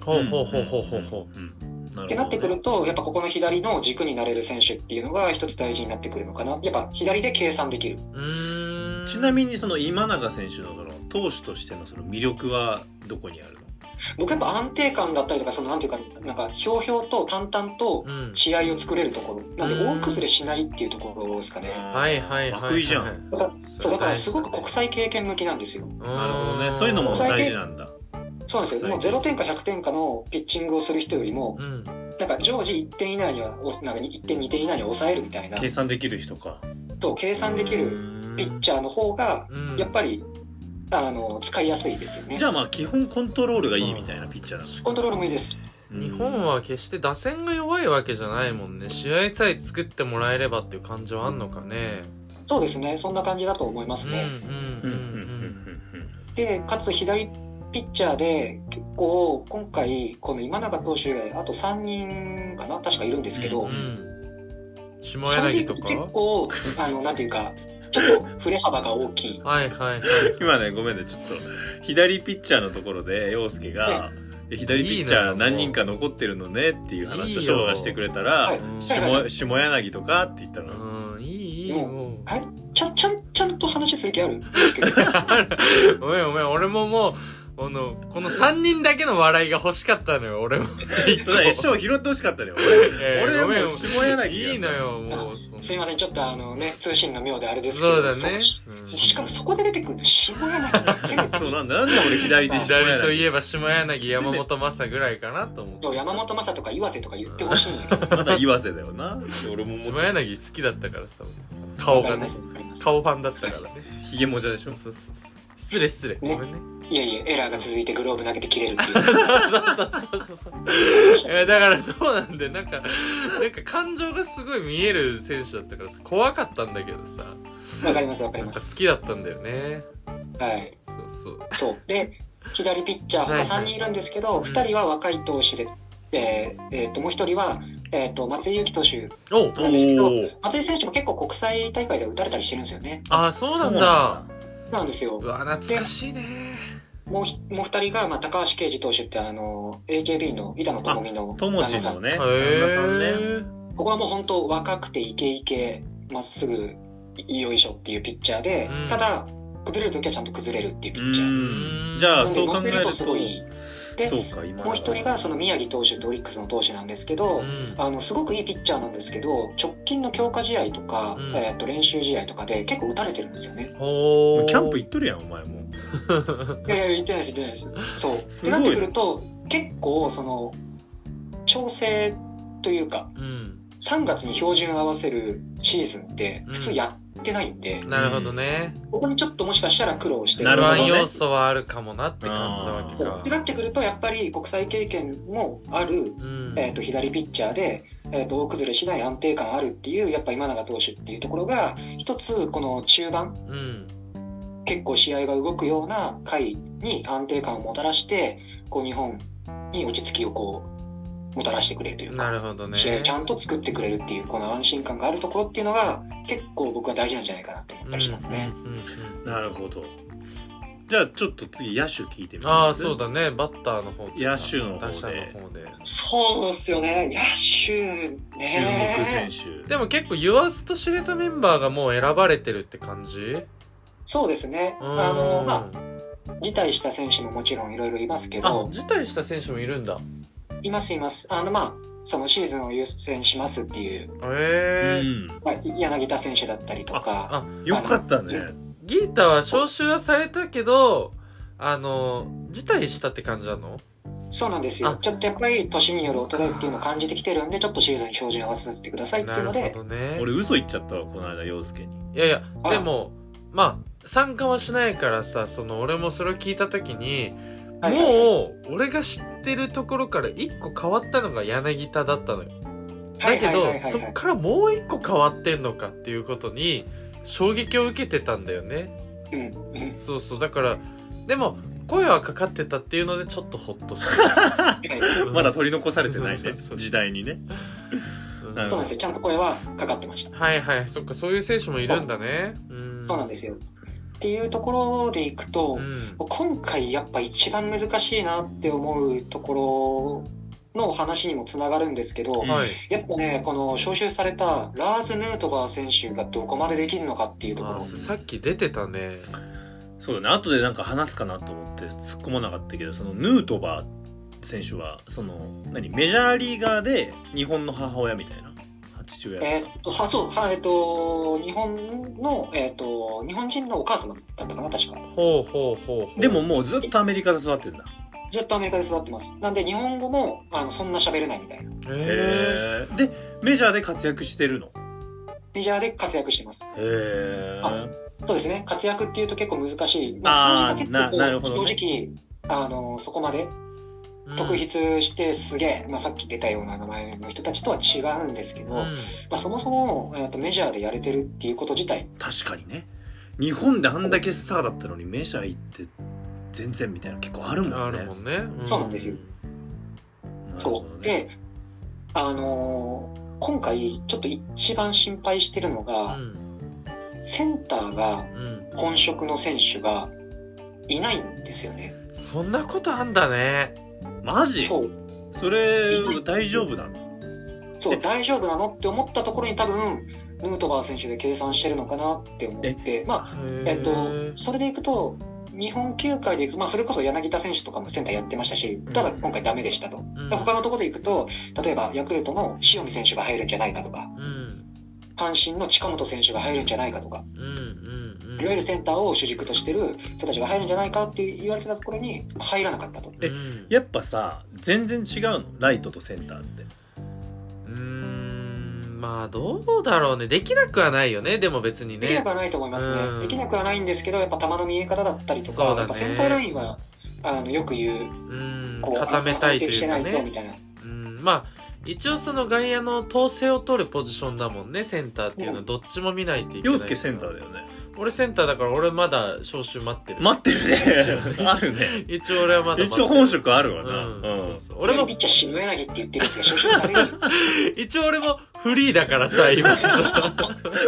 A: ほうほうほうほうほうほ
B: うんるほどね
C: てなってくるとやっぱここの左の軸になれる選手っていうのが一つ大事になってくるのかなやっぱ左で計算できる
A: ううーん
B: ちなみにその今永選手のその投手としてのその魅力はどこにあるの
C: 僕やっぱ安定感だったりとかそのなんていうかなんかひょうひょうと淡々と
A: うん
C: 試合を作れるところなんで
A: うん
C: 大崩れしないっていうところですかね
A: はいはいはいはい
B: 涌井じゃん
C: だからそうだからすごく国際経験向きなんですよ
B: なるほどねそういうのも大事なんだ
C: そうなんですよもう0点か100点かのピッチングをする人よりも
A: うん
C: なんか常時1点以内にはおなんか1点2点以内には抑えるみたいな
B: 計算できる人か
C: と計算でき
B: う
C: る
B: ーん
C: ピッチャーの方が
A: うん
C: やっぱりあの使いやすいですよね
B: じゃあまあ基本コントロールがいいみたいなピッチャーな
C: コントロールもいいです
B: の
A: 日本は決して打線が弱いわけじゃないもんね試合さえ作ってもらえればっていう感じはあんのかね
C: そうですねそんな感じだと思いま
A: う
C: す
A: ん
C: ね、
B: う
A: うんん
B: う
A: うんん
C: でかつ左ピッチャーで結構今回この今永投手以外あと3人かな確かいるんですけど、
A: うんうん下
C: それ
A: 柳
C: で
A: と
C: 結
A: か
C: 構あのなんていうかちょっと振れ幅が大きい
A: はいはいはい
B: 今ねごめんねちょっと左ピッチャーのところで陽介がで左ピッチャ
A: いいな
B: ー何人か残ってるのねっていう話を
A: いいよ
B: 翔がしてくれたら
C: はい
B: 下下柳とかって言ったら
A: うんいいいいもう
C: かいちゃんちゃんちゃんと話する気あるんですけ ど
A: ごめんごめん俺ももうこのこの3人だけの笑いが欲しかったのよ俺も一
B: そ
A: 個
B: うだね翔拾ってほしかったね俺
A: えー
B: 俺は
A: ごめん
B: もう下柳が
A: いいのよもうその
C: すいませんちょっとあのね通信の妙であれですけど
A: そうだねうん
C: そしかもそこで出てくるの下柳先
B: そう
C: 生
B: なんだなんで俺左で下
A: 左とい
B: 柳
A: えば下柳山本昌ぐらいかなと思って
C: と
A: さ
C: 山本昌とか岩瀬とか言ってほしいんだけど
B: まだ岩瀬だよな俺もも
A: 下柳好きだったからさ 顔
C: わ
A: が
C: かりま
A: ね
C: すわかります
A: 顔ファンだったからね
B: ひげもじゃでし
A: そ
B: ょ
A: うそうそう失礼失礼ごめんね
C: いやいやエラーが続いてグローブ投げて切れるってい
A: そうそう
C: う
A: そうそうそう。えーだからそうなんでなんかなんか感情がすごい見える選手だったからさ怖かったんだけどさ
C: わかりますわかり
A: なん
C: ま
A: か
C: す
A: 好きだったんだよね。
C: はい
A: そうそう。
C: そう。で、左ピッチャー、
A: はい
C: 他
A: はい
C: 3人いるんですけど、
A: うん
C: 2人は若い投手で、えーえーと、もう1人は、えーと、松井裕樹投手。
A: おう
B: お
C: なんですけど
B: ー
C: 松井選手も結構国際大会で打たれたりしてるんですよね。
A: あーそうなんだ。
C: なんですよ
A: う。わ懐かしいね。
C: もうひ、もう2人が、まあ、高橋奎二投手って、あの、AKB の板野友美の
B: 友知
C: さ
B: の
C: ん。
B: ね
A: へ
B: 旦那さんね
A: え。
C: ここはもう本当若くてイケイケ、まっすぐ、よいしょっていうピッチャーで、
A: うん
C: ただ、崩れるときはちゃんと崩れるってい
B: う
C: うピッチャー。
B: ーんじゃあ
C: な
B: そ
C: んで
B: う考
C: 乗
B: え
C: せ
B: ると
C: とす
B: そ
C: ごいいいうで
B: うか今
C: もう一人がその宮城投手ってオリックスの投手なんですけど、
A: うん
C: あのすごくいいピッチャーなんですけど直近の強化試合とか、
A: うん
C: えー、と練習試合とかで結構打たれてるんですよね。
A: ほー
B: キャンプ行っとるやんお前もう
C: いやいや言ってないです言ってないです。そう。
B: すごい
C: ってなってくると結構その調整というか
A: うん。
C: 3月に標準合わせるシーズンって普
A: う
C: 通
A: ん
C: やってないんで、
A: なるほどね。
C: ここにちょっともしかしたら苦労して
A: 不
B: なるほどね
A: 安要素はあるかもなって感じなわけ
C: そう
A: か
C: って。なってくるとやっぱり国際経験もある
A: うん。
C: えー、と左ピッチャーで、えー、と大崩れしない安定感あるっていうやっぱ今永投手っていうところが一つこの中盤
A: うん。
C: 結構試合が動くような回に安定感をもたらしてこう日本に落ち着きをこうもたらしてくれるという
A: な
C: か、
A: るほどね。
C: 試合をちゃんと作ってくれるっていうこの安心感があるところっていうのが結構僕は大事なんじゃないかなって思ったりしますね。
A: うんうんうんうん
B: なるほどじゃあちょっと次野手聞いてみま
A: あ
B: す
A: あそうだねバッターの方とか
B: 野手の方
A: 打
B: で
A: 者の方で
C: そうですよね野手
B: 注目選
C: ね
B: 手
A: でも結構言わずと知れたメンバーがもう選ばれてるって感じ
C: そうですねあのまあ辞退した選手ももちろんいろいろいますけ
A: あ
C: ど
A: 辞退した選手もいるんだ
C: いますいます。あの、まあ、そのシーズンを優先しますっていう、
A: へえ
B: うん
C: まあ、柳田選手だったりとか、
A: あ
B: よかったね
A: ギータは招集はされたけどあの辞退したって感じなの
C: そうなんです
A: あ
C: よ。ちょっとやっぱり年による衰えっていうのを感じてきてるんで、ちょっとシーズンに標準を合わせさせてくださいってい
A: な
C: う
A: る
C: ので、
A: ほどね
B: 俺嘘言っちゃったわこの間陽介に
A: いやいや
C: あ
A: でもまあ参加はしないからさその俺もそれを聞いた時に
C: はいはいはい
A: もう俺が知ってるところから一個変わったのが柳田だったのよだけ
C: はい
A: ど
C: はいはい
A: そ
C: はい
A: っからもう一個変わってんのかっていうことに衝撃を受けてたんだよね
C: うんうん
A: そうそうだからでも声はかかってたっていうのでちょっとほっとした、 うん
B: まだ取り残されてない
A: そ
B: ね
A: うそうそう
B: 時代にね
A: うん
B: なる
C: そ
B: ほど
C: うなんですよ。ちゃんと声はかかってました。
A: はいはいそっかそういう選手もいるんだねうん
C: そうなんですよ。っていうところでいくと
A: う、ん
C: 今回やっぱ一番難しいなって思うところの話にもつながるんですけど、
B: うん
A: はい
C: やっぱね、この招集されたラーズ・ヌートバー選手がどこまでできるのかっていうとこ
A: あ
C: ろ。
A: ささっき出てたね
B: そうだね後でなんか話すかなと思って突っ込まなかったけどそのヌートバー選手はその何メジャーリーガーで日本の母親みたいな父親
C: えーっと、は、そう、は、えーっと、日本の、えーっと、日本人のお母様だったかな、確か。
A: ほうほうほうほう
B: でももうずっとアメリカで育ってんだ
C: ずっとアメリカで育ってます。なんで、日本語も、あの、そんな喋れないみたいな。
A: へえ
B: へえでメジャーで活躍してるの
C: メジャーで活躍してます。
B: へえ
C: あそうですね、活躍っていうと結構難しい。
B: あー
C: 数字
B: ななるほどね
C: 正直、あの、そこまで特筆してすげえ、まあ、さっき出たような名前の人たちとは違うんですけど、
A: うん
C: まあ、そもそも、えーっと、メジャーでやれてるっていうこと自体、
B: 確かにね日本であんだけスターだったのにメジャー行って全然みたいな結構あるもんね
A: あるもんね、
C: そうなんですよ
B: なるほ
C: そ
B: ど
C: う。
B: ね
C: で、あのー今回、ちょっと一番心配してるの
A: う
C: が、
A: ん
C: センターが、
A: うん
C: 本職の選手がいないんですよね。
A: そんなことあんだね
B: マジ
C: そう
B: それ大丈夫なの
C: そ
B: え
C: う大丈夫なのって思ったところに多分ヌートバー選手で計算してるのかなって思ってまあ
A: え
C: えっと、それでいくと日本球界でいくと、まあ、それこそ柳田選手とかもセンターやってましたしただ今回ダメでしたと、
A: うん
C: 他のところでいくと例えばヤクルトの塩見選手が入るんじゃないかとか
A: うん
C: 阪神の近本選手が入るんじゃないかとか
A: うんうんうん
C: いわゆるセンターを主軸としてる人たちが入るんじゃないかって言われてたところに入らなかったと
B: え
A: うん
B: やっぱさ全然違うのライトとセンターって
A: うーんまあどうだろうねできなくはないよねでも別に
C: できな
A: ね
C: くはないと思いますね、
A: うん
C: できなくはないんですけどやっぱ球の見え方だったりとか、
A: そうだね
C: やっぱセンターラインはあのよく言う
A: うん
C: こう
A: 固めたいと
C: 安定し
A: い
C: て
A: う
C: な
A: か
C: いとみ
A: ね
C: たいな
A: うんまあ一応その外野の統制を取るポジションだもんねセンターっていうのはどっちも見ないといけない
B: 陽介センターだよね
A: 俺センターだから俺まだ招集待ってる
B: 待ってる ねあるね
A: 一応俺はまだ待って
B: 一
A: る
B: 応本職ある
A: う
B: わな、うん
A: んそうそう俺
C: 俺も
A: も
C: ピッチャー渋柳って言ってるやつが招集される
A: 一応俺もフリーだからさ 今さ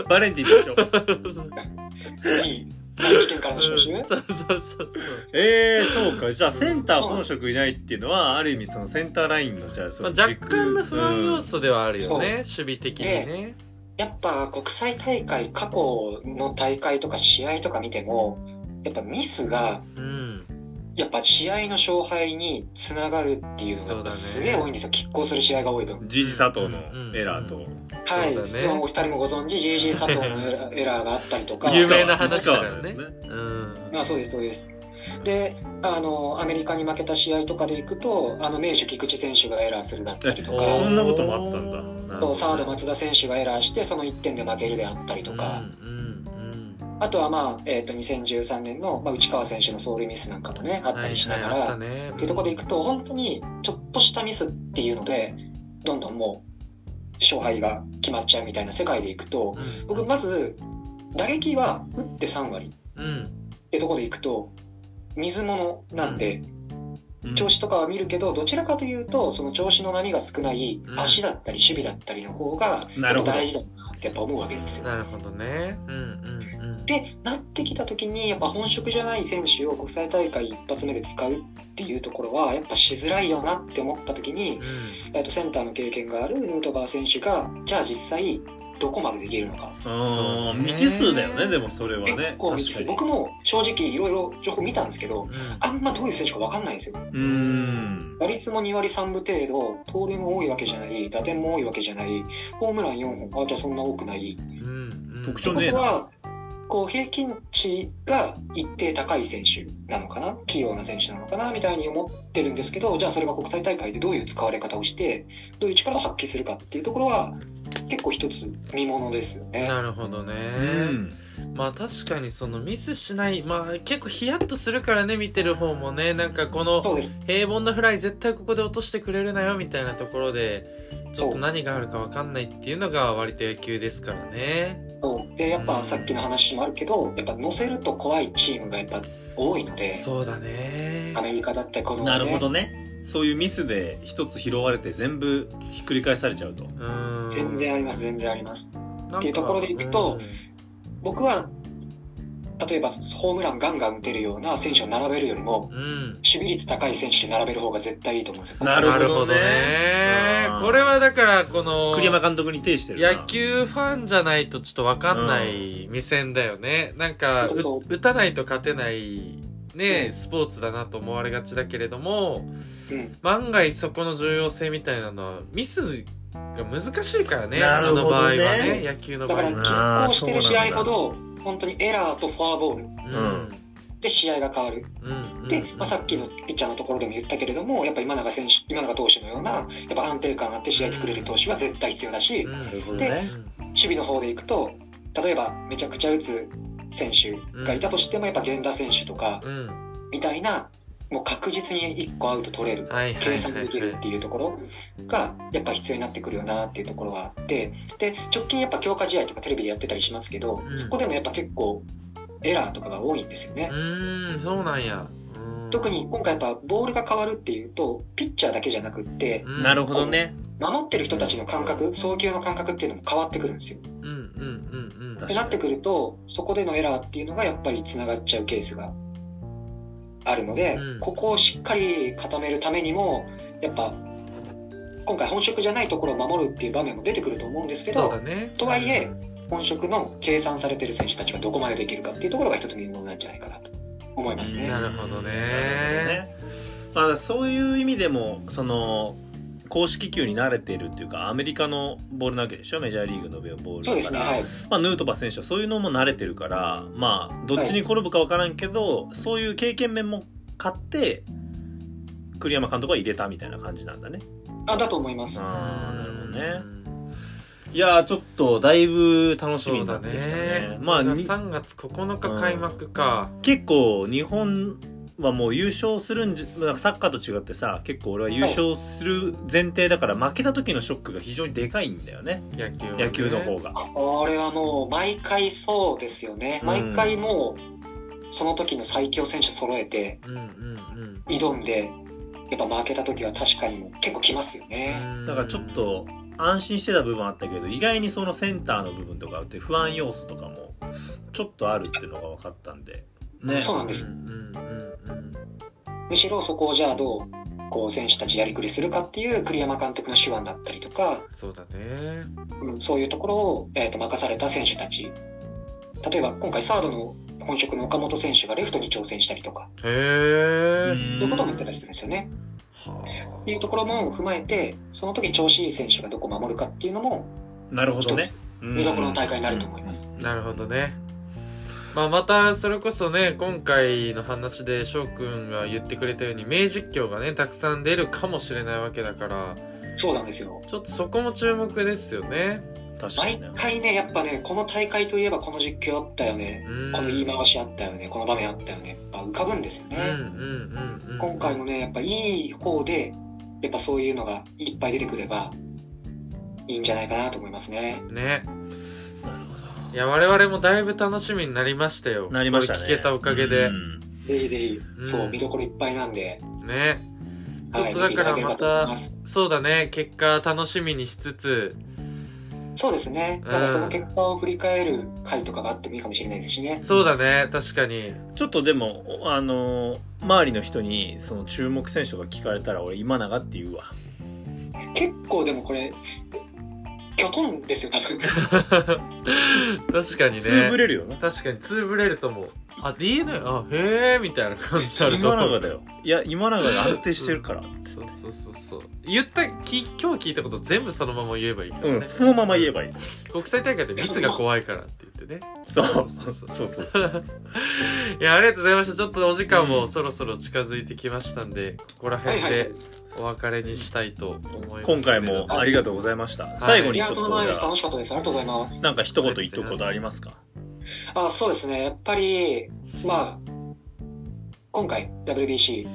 B: バレンティンでしょ
C: のに何事件から
A: う
C: の
A: ん
C: 招集、
A: そうそうそう
B: えー、そうかじゃあセンター本職いないっていうのはある意味そのセンターラインのじゃあそ
A: まあ
B: の、
A: 若干の不安要素ではあるよ
C: うん
A: ね、守備的にね。
C: やっぱ国際大会過去の大会とか試合とか見てもやっぱミスが
A: うん。
C: やっぱ試合の勝敗につながるっていうのがやっぱすげえ多いんですよ拮抗する試合が多い分
B: うんジジ佐藤のエラーと、
A: うん
C: はい、
A: そうだね
C: でもお二人もご存知 GG 佐藤のエラエラーがあったりとか
A: 有名な話だからね。
B: 市川
A: うん。
C: まあそうですそうですであのアメリカに負けた試合とかでいくとあの名手菊池選手がエラーするだったりと
A: え
C: か
A: おー
B: そんなこともあったんだなるほ
C: そ
B: ど
C: うサード松田選手がエラーしてその1点で負けるであったりとか、
A: うんうん
C: あとは、まあえー、と2013年の、まあ、内川選手の走塁ミスなんかもねあ
A: あ
C: ったりしながら、
A: はいはいあったね
C: っていうところでいくと本当にちょっとしたミスっていうのでどんどんもう勝敗が決まっちゃうみたいな世界でいくと
A: うん
C: 僕まず打撃は打って3割
A: うん。
C: ってところでいくと水物なんで
B: うん
C: 調子とかは見るけどどちらかというとその調子の波が少ない
A: うん
C: 足だったり守備だったりの方が
B: なるほど
C: 大事だなってやっぱ思うわけですよ。
A: なるほどね。うんうんうん。
C: でなってきた時にやっぱ本職じゃない選手を国際大会一発目で使うっていうところはやっぱしづらいよなって思った時
A: う
C: に、
A: ん
C: えっとセンターの経験があるヌートバー選手がじゃあ実際どこまでできるのか
B: う
A: そ
B: ん
A: うね
B: 未知数だよねでもそれは
C: 結
B: ね
C: 構未知数
B: 確か
C: 僕も正直いろいろ情報見たんですけど
A: うん
C: あんまどういう選手か分かんないんですよ
B: にうん
C: 打率も2割3分程度盗塁も多いわけじゃない打点も多いわけじゃないホームラン4本あじゃあそんな多くない
A: うんうん
B: 特
C: そ
B: 徴
C: こ
B: ねえな
C: はこう平均値が一定高い選手なのかな器用な選手なのかなみたいに思ってるんですけどじゃあそれが国際大会でどういう使われ方をしてどういう力を発揮するかっていうところは結構一つ見ものですよね。
A: なるほど
B: う
A: ね。
B: ん
A: まあ確かにそのミスしない、まあ結構ヒヤッとするからね、見てる方もね、なんかこの
C: そうです
A: 平凡なフライ絶対ここで落としてくれるなよみたいなところでちょっ
C: そ
A: と
C: う
A: 何があるか分かんないっていうのが割と野球ですからね
C: そうでやっぱさっきの話もあるけどやっぱ乗せると怖いチームがやっぱ多いので
A: そうだね
C: アメリカだったりこの、ね、
B: なるほどねそういうミスで一つ拾われて全部ひっくり返されちゃうと
A: うん
C: 全然あります全然あります。
A: なんか
C: っていうところでいくと僕は例えばホームランガンガン打てるような選手を並べるよりも
A: うん、うん
C: 守備率高い選手並べる方が絶対いいと思うんですよ。
B: なるほど
A: な
B: ね
A: るほどねこれはだからこの
B: 栗山監督に呈してるな
A: 野球ファンじゃないとちょっと分かんない目線だよねなんか
C: そうそう
A: う打たないと勝てないねスポーツだなと思われがちだけれども
C: うん、
A: 万が一そこの重要性みたいなのはミスが難しいからね
B: なる
A: あの
B: ほどね
A: 場合はね野球の
C: だ
A: 場
C: か
A: 合
C: ら
A: は、
C: 拮抗してる試合ほど本当にエラーとフォアボール
A: うん
C: で試合が変わる。
A: うんうん
C: で、まあ、さっきのピッチャーのところでも言ったけれどもやっぱ今永選手今永投手のようなやっぱ安定感あって試合作れる投手は絶対必要だし、
A: うん
B: なるほど
A: う
B: ね
A: ん
C: 守備の方でいくと例えばめちゃくちゃ打つ選手がいたとしてもやっぱ源田選手とか
A: うん
C: みたいなもう確実に1個アウト取れる
A: はいは
C: 計
A: いは
C: 算
A: いは
C: できるっ
A: い
C: ていうところがやっぱ必要になってくるよなっていうところはあってで直近やっぱ強化試合とかテレビでやってたりしますけど、
A: うん
C: そこでもやっぱ結構エラーとかが多いんですよね
A: う。ーんそうなんや
C: 特に今回やっぱボールが変わるっていうとピッチャーだけじゃなくって
B: なる
A: ほ
B: ほどね
C: 守ってる人たちの感覚送球の感覚っていうのも変わってくるんですよ。
A: どうんうんうんうん
B: 確
C: ってなってくるとそこでのエラーっていうのがやっぱりつながっちゃうケースがあるので、
A: うん
C: ここをしっかり固めるためにもやっぱ今回本職じゃないところを守るっていう場面も出てくると思うんですけ
A: そう
C: ど
A: だね
C: とはいえ本職の計算されてる選手たちがどこまでできるかっていうところが一つ見ものなんじゃないかなと思いますね。
A: なるほどね
B: ねまあ、そういう意味でもその公式球に慣れてるっていうかアメリカのボールなわけでしょメジャーリーグのボール
C: そ
B: だ
C: うです
B: か
C: ね、
B: ら、
C: はい、
B: まあ、ヌートバー選手はそういうのも慣れてるからまあどっちに転ぶか分からんけど、そういう経験面も買って栗山監督は入れたみたいな感じなんだね。
C: あだと思います。
B: あーなるほどね
A: うん
B: いやーちょっとだいぶ楽しみになってきた
A: そう
B: ね
A: だね
B: まあ
A: これが
B: に
A: 3月9日開幕か
B: 結構日本はもう優勝するんじゃなんかサッカーと違ってさ結構俺は優勝する前提だから負けた時のショックが非常にでかいんだよね
A: 野球はね
B: 野球の方が。
C: これはもう毎回そうですよね。
B: うん
C: 毎回もうその時の最強選手揃えて
A: うんうんうん
C: 挑んで、やっぱ負けた時は確かにもう結構きますよね。
A: うん
B: だからちょっと安心してた部分あったけど意外にそのセンターの部分とかって不安要素とかもちょっとあるっていうのが分かったんでね
C: そうなんです
A: うんうん
C: むしろそこをじゃあどうこう選手たちやりくりするかっていう栗山監督の手腕だったりとか、
A: そうだね
C: うんそういうところを、えーと任された選手たち。例えば今回サードの本職の岡本選手がレフトに挑戦したりとか、
A: へえ
B: うん
C: そういうことも言ってたりするんですよね。
A: は
C: いうところも踏まえて、その時調子いい選手がどこ守るかっていうのも
B: なるほどね
C: 一つ見どころの大会になると思います。
A: あなるほどねまあまたそれこそね今回の話で翔くんが言ってくれたように名実況がねたくさん出るかもしれないわけだから
C: そうなんですよ。
A: ちょっとそこも注目ですよね
B: 確か
C: 毎
B: にね
C: 回ね、やっぱね、この大会といえばこの実況あったよね。
A: うん
C: この言い回しあったよね。この場面あったよね。やっぱ浮かぶんですよ
A: うんうん
C: ね。
A: うんうん
C: 今回もね、やっぱいい方で、やっぱそういうのがいっぱい出てくれば、いいんじゃないかなと思いますね。
A: ね
B: なるほ
A: いや我々もだいぶ楽しみになりましたよ
B: どなりましたね
A: これ聞けたおかげで、
B: うん
C: ぜひぜひ、
A: うん
C: そう、見どころいっぱいなんで、
A: ね
C: はい、
A: ちょっとだから
C: 見ていただければと思います。
A: そうだね結果楽しみにしつつ
C: そうですね。
A: うん
C: またその結果を振り返る回とかがあってもいいかもしれないですしね。
A: そうだね確かに
B: ちょっとでもおあのー周りの人にその注目選手が聞かれたら俺今永って言うわ
C: 結構でもこれ、きょとんですよ、多分。
A: 確かに
B: つぶ
A: ね
B: れるよな
A: 確かにつぶれると思うあ DNA あへえみたいな感じになると
B: 今
A: 思う
B: 永だよいや今永が安定してるから
A: そうそうそうそう言ったき今日聞いたこと全部そのまま言えばいいからね、
B: うんそのまま言えばいい
A: 国際大会でミスが怖いからって言ってね
B: そう
A: そ
B: そう
A: そ
B: うそう
A: そ
B: うそうう
A: いやありがとうございましたちょっとお時間
B: う
A: も
B: ん
A: そろそろ近づいてきましたんでここら
C: はい
A: 辺
C: はい
A: で。お別れにしたいと思いますけれど
B: 今回もありがとうございました、最後
C: い
B: に
C: や、
B: ちょっ
C: とん
B: と
C: でもない
B: じ
C: で
B: ゃあ
C: す。楽しかったです。ありがとうございます。
B: なんか一言言っとくことありますか
C: あそうですねやっぱりまあ今回 WBC、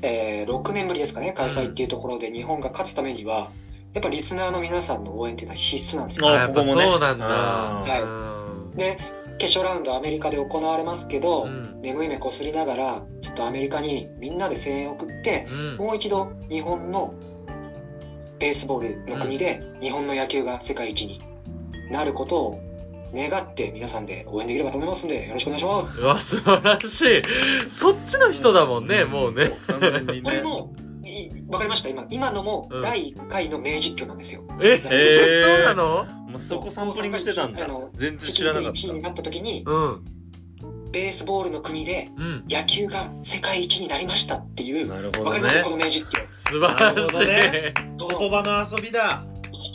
C: えー6年ぶりですかね開催っていうところで日本が勝つためにはやっぱリスナーの皆さんの応援っていうのは必須なんです
A: あ
C: よ
B: あ
A: やっぱ
B: ここもね
A: そうなんだ
B: はい
C: で決勝ラウンドアメリカで行われますけど、
A: うん
C: 眠い目こすりながらちょっとアメリカにみんなで声援を送って
A: う、ん
C: もう一度日本のベースボールの国で日本の野球が世界一になることを願って皆さんで応援できればと思いますのでよろしくお願いします
A: う。わ素晴らしいそっちの人だもんね、
B: うん
A: もうね
B: 完全に
C: これ
B: ね
C: も、いわかりました、今、今のも
A: うん
C: 第1回の名実況なんですよ。
A: え
C: ー
A: そうなの
B: もうそこサンプリングしてたんだ
C: あの
B: 全然
C: 引
B: 知
C: き
B: ら
C: 抜
B: なか
C: き
B: っ
C: 1位になった時に、
A: うん
C: ベースボールの国で
A: うん
C: 野球が世界一になりましたって
B: た
C: いう、わ
B: なるほ
C: か
B: ど
C: ります
B: ね
C: この名実況。
A: 素晴らしい、
B: なる言葉の遊びだ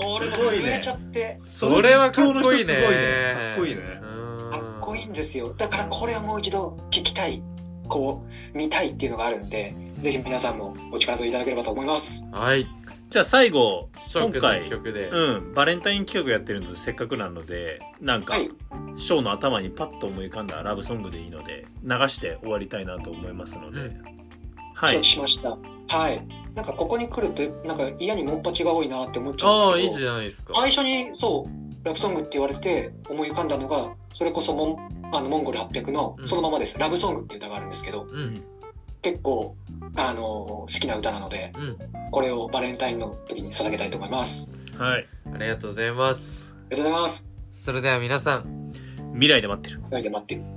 C: これも震えちゃって、
A: それはかっこいいね
B: その実況の人すごいねかっこいいね
A: うん
C: かっこいいんですよ。だからこれはもう一度聞きたい、こう、見たいっていうのがあるんで、ぜひ皆さんもお力添えいただければと思います。
A: はい
B: じゃあ最後
A: 翔くん
B: 今回
A: の曲で、
B: うんバレンタイン企画やってるのでせっかくなのでなんか、
C: はい。
B: ショーの頭にパッと思い浮かんだラブソングでいいので流して終わりたいなと思いますので、
A: うん
B: はい
C: 承知しました。はい。なんかここに来ると、なんか嫌にモンパチが多いなって思っちゃ
A: あ
C: うん
A: あい
C: で
A: い
C: すけど。
A: じゃないですか
C: 最初にそうラブソングって言われて思い浮かんだのがそれこそモンあのモンゴル800の
A: うん
C: そのままです、ラブソングっていう歌があるんですけど
A: うん
C: 結構あの好きな歌なので
A: うん
C: これをバレンタインの時に捧げたいと思います
B: はい
A: ありがとうございます
C: ありがとうございます
A: それでは皆さん
B: 未来で待ってる
C: 二人で待ってる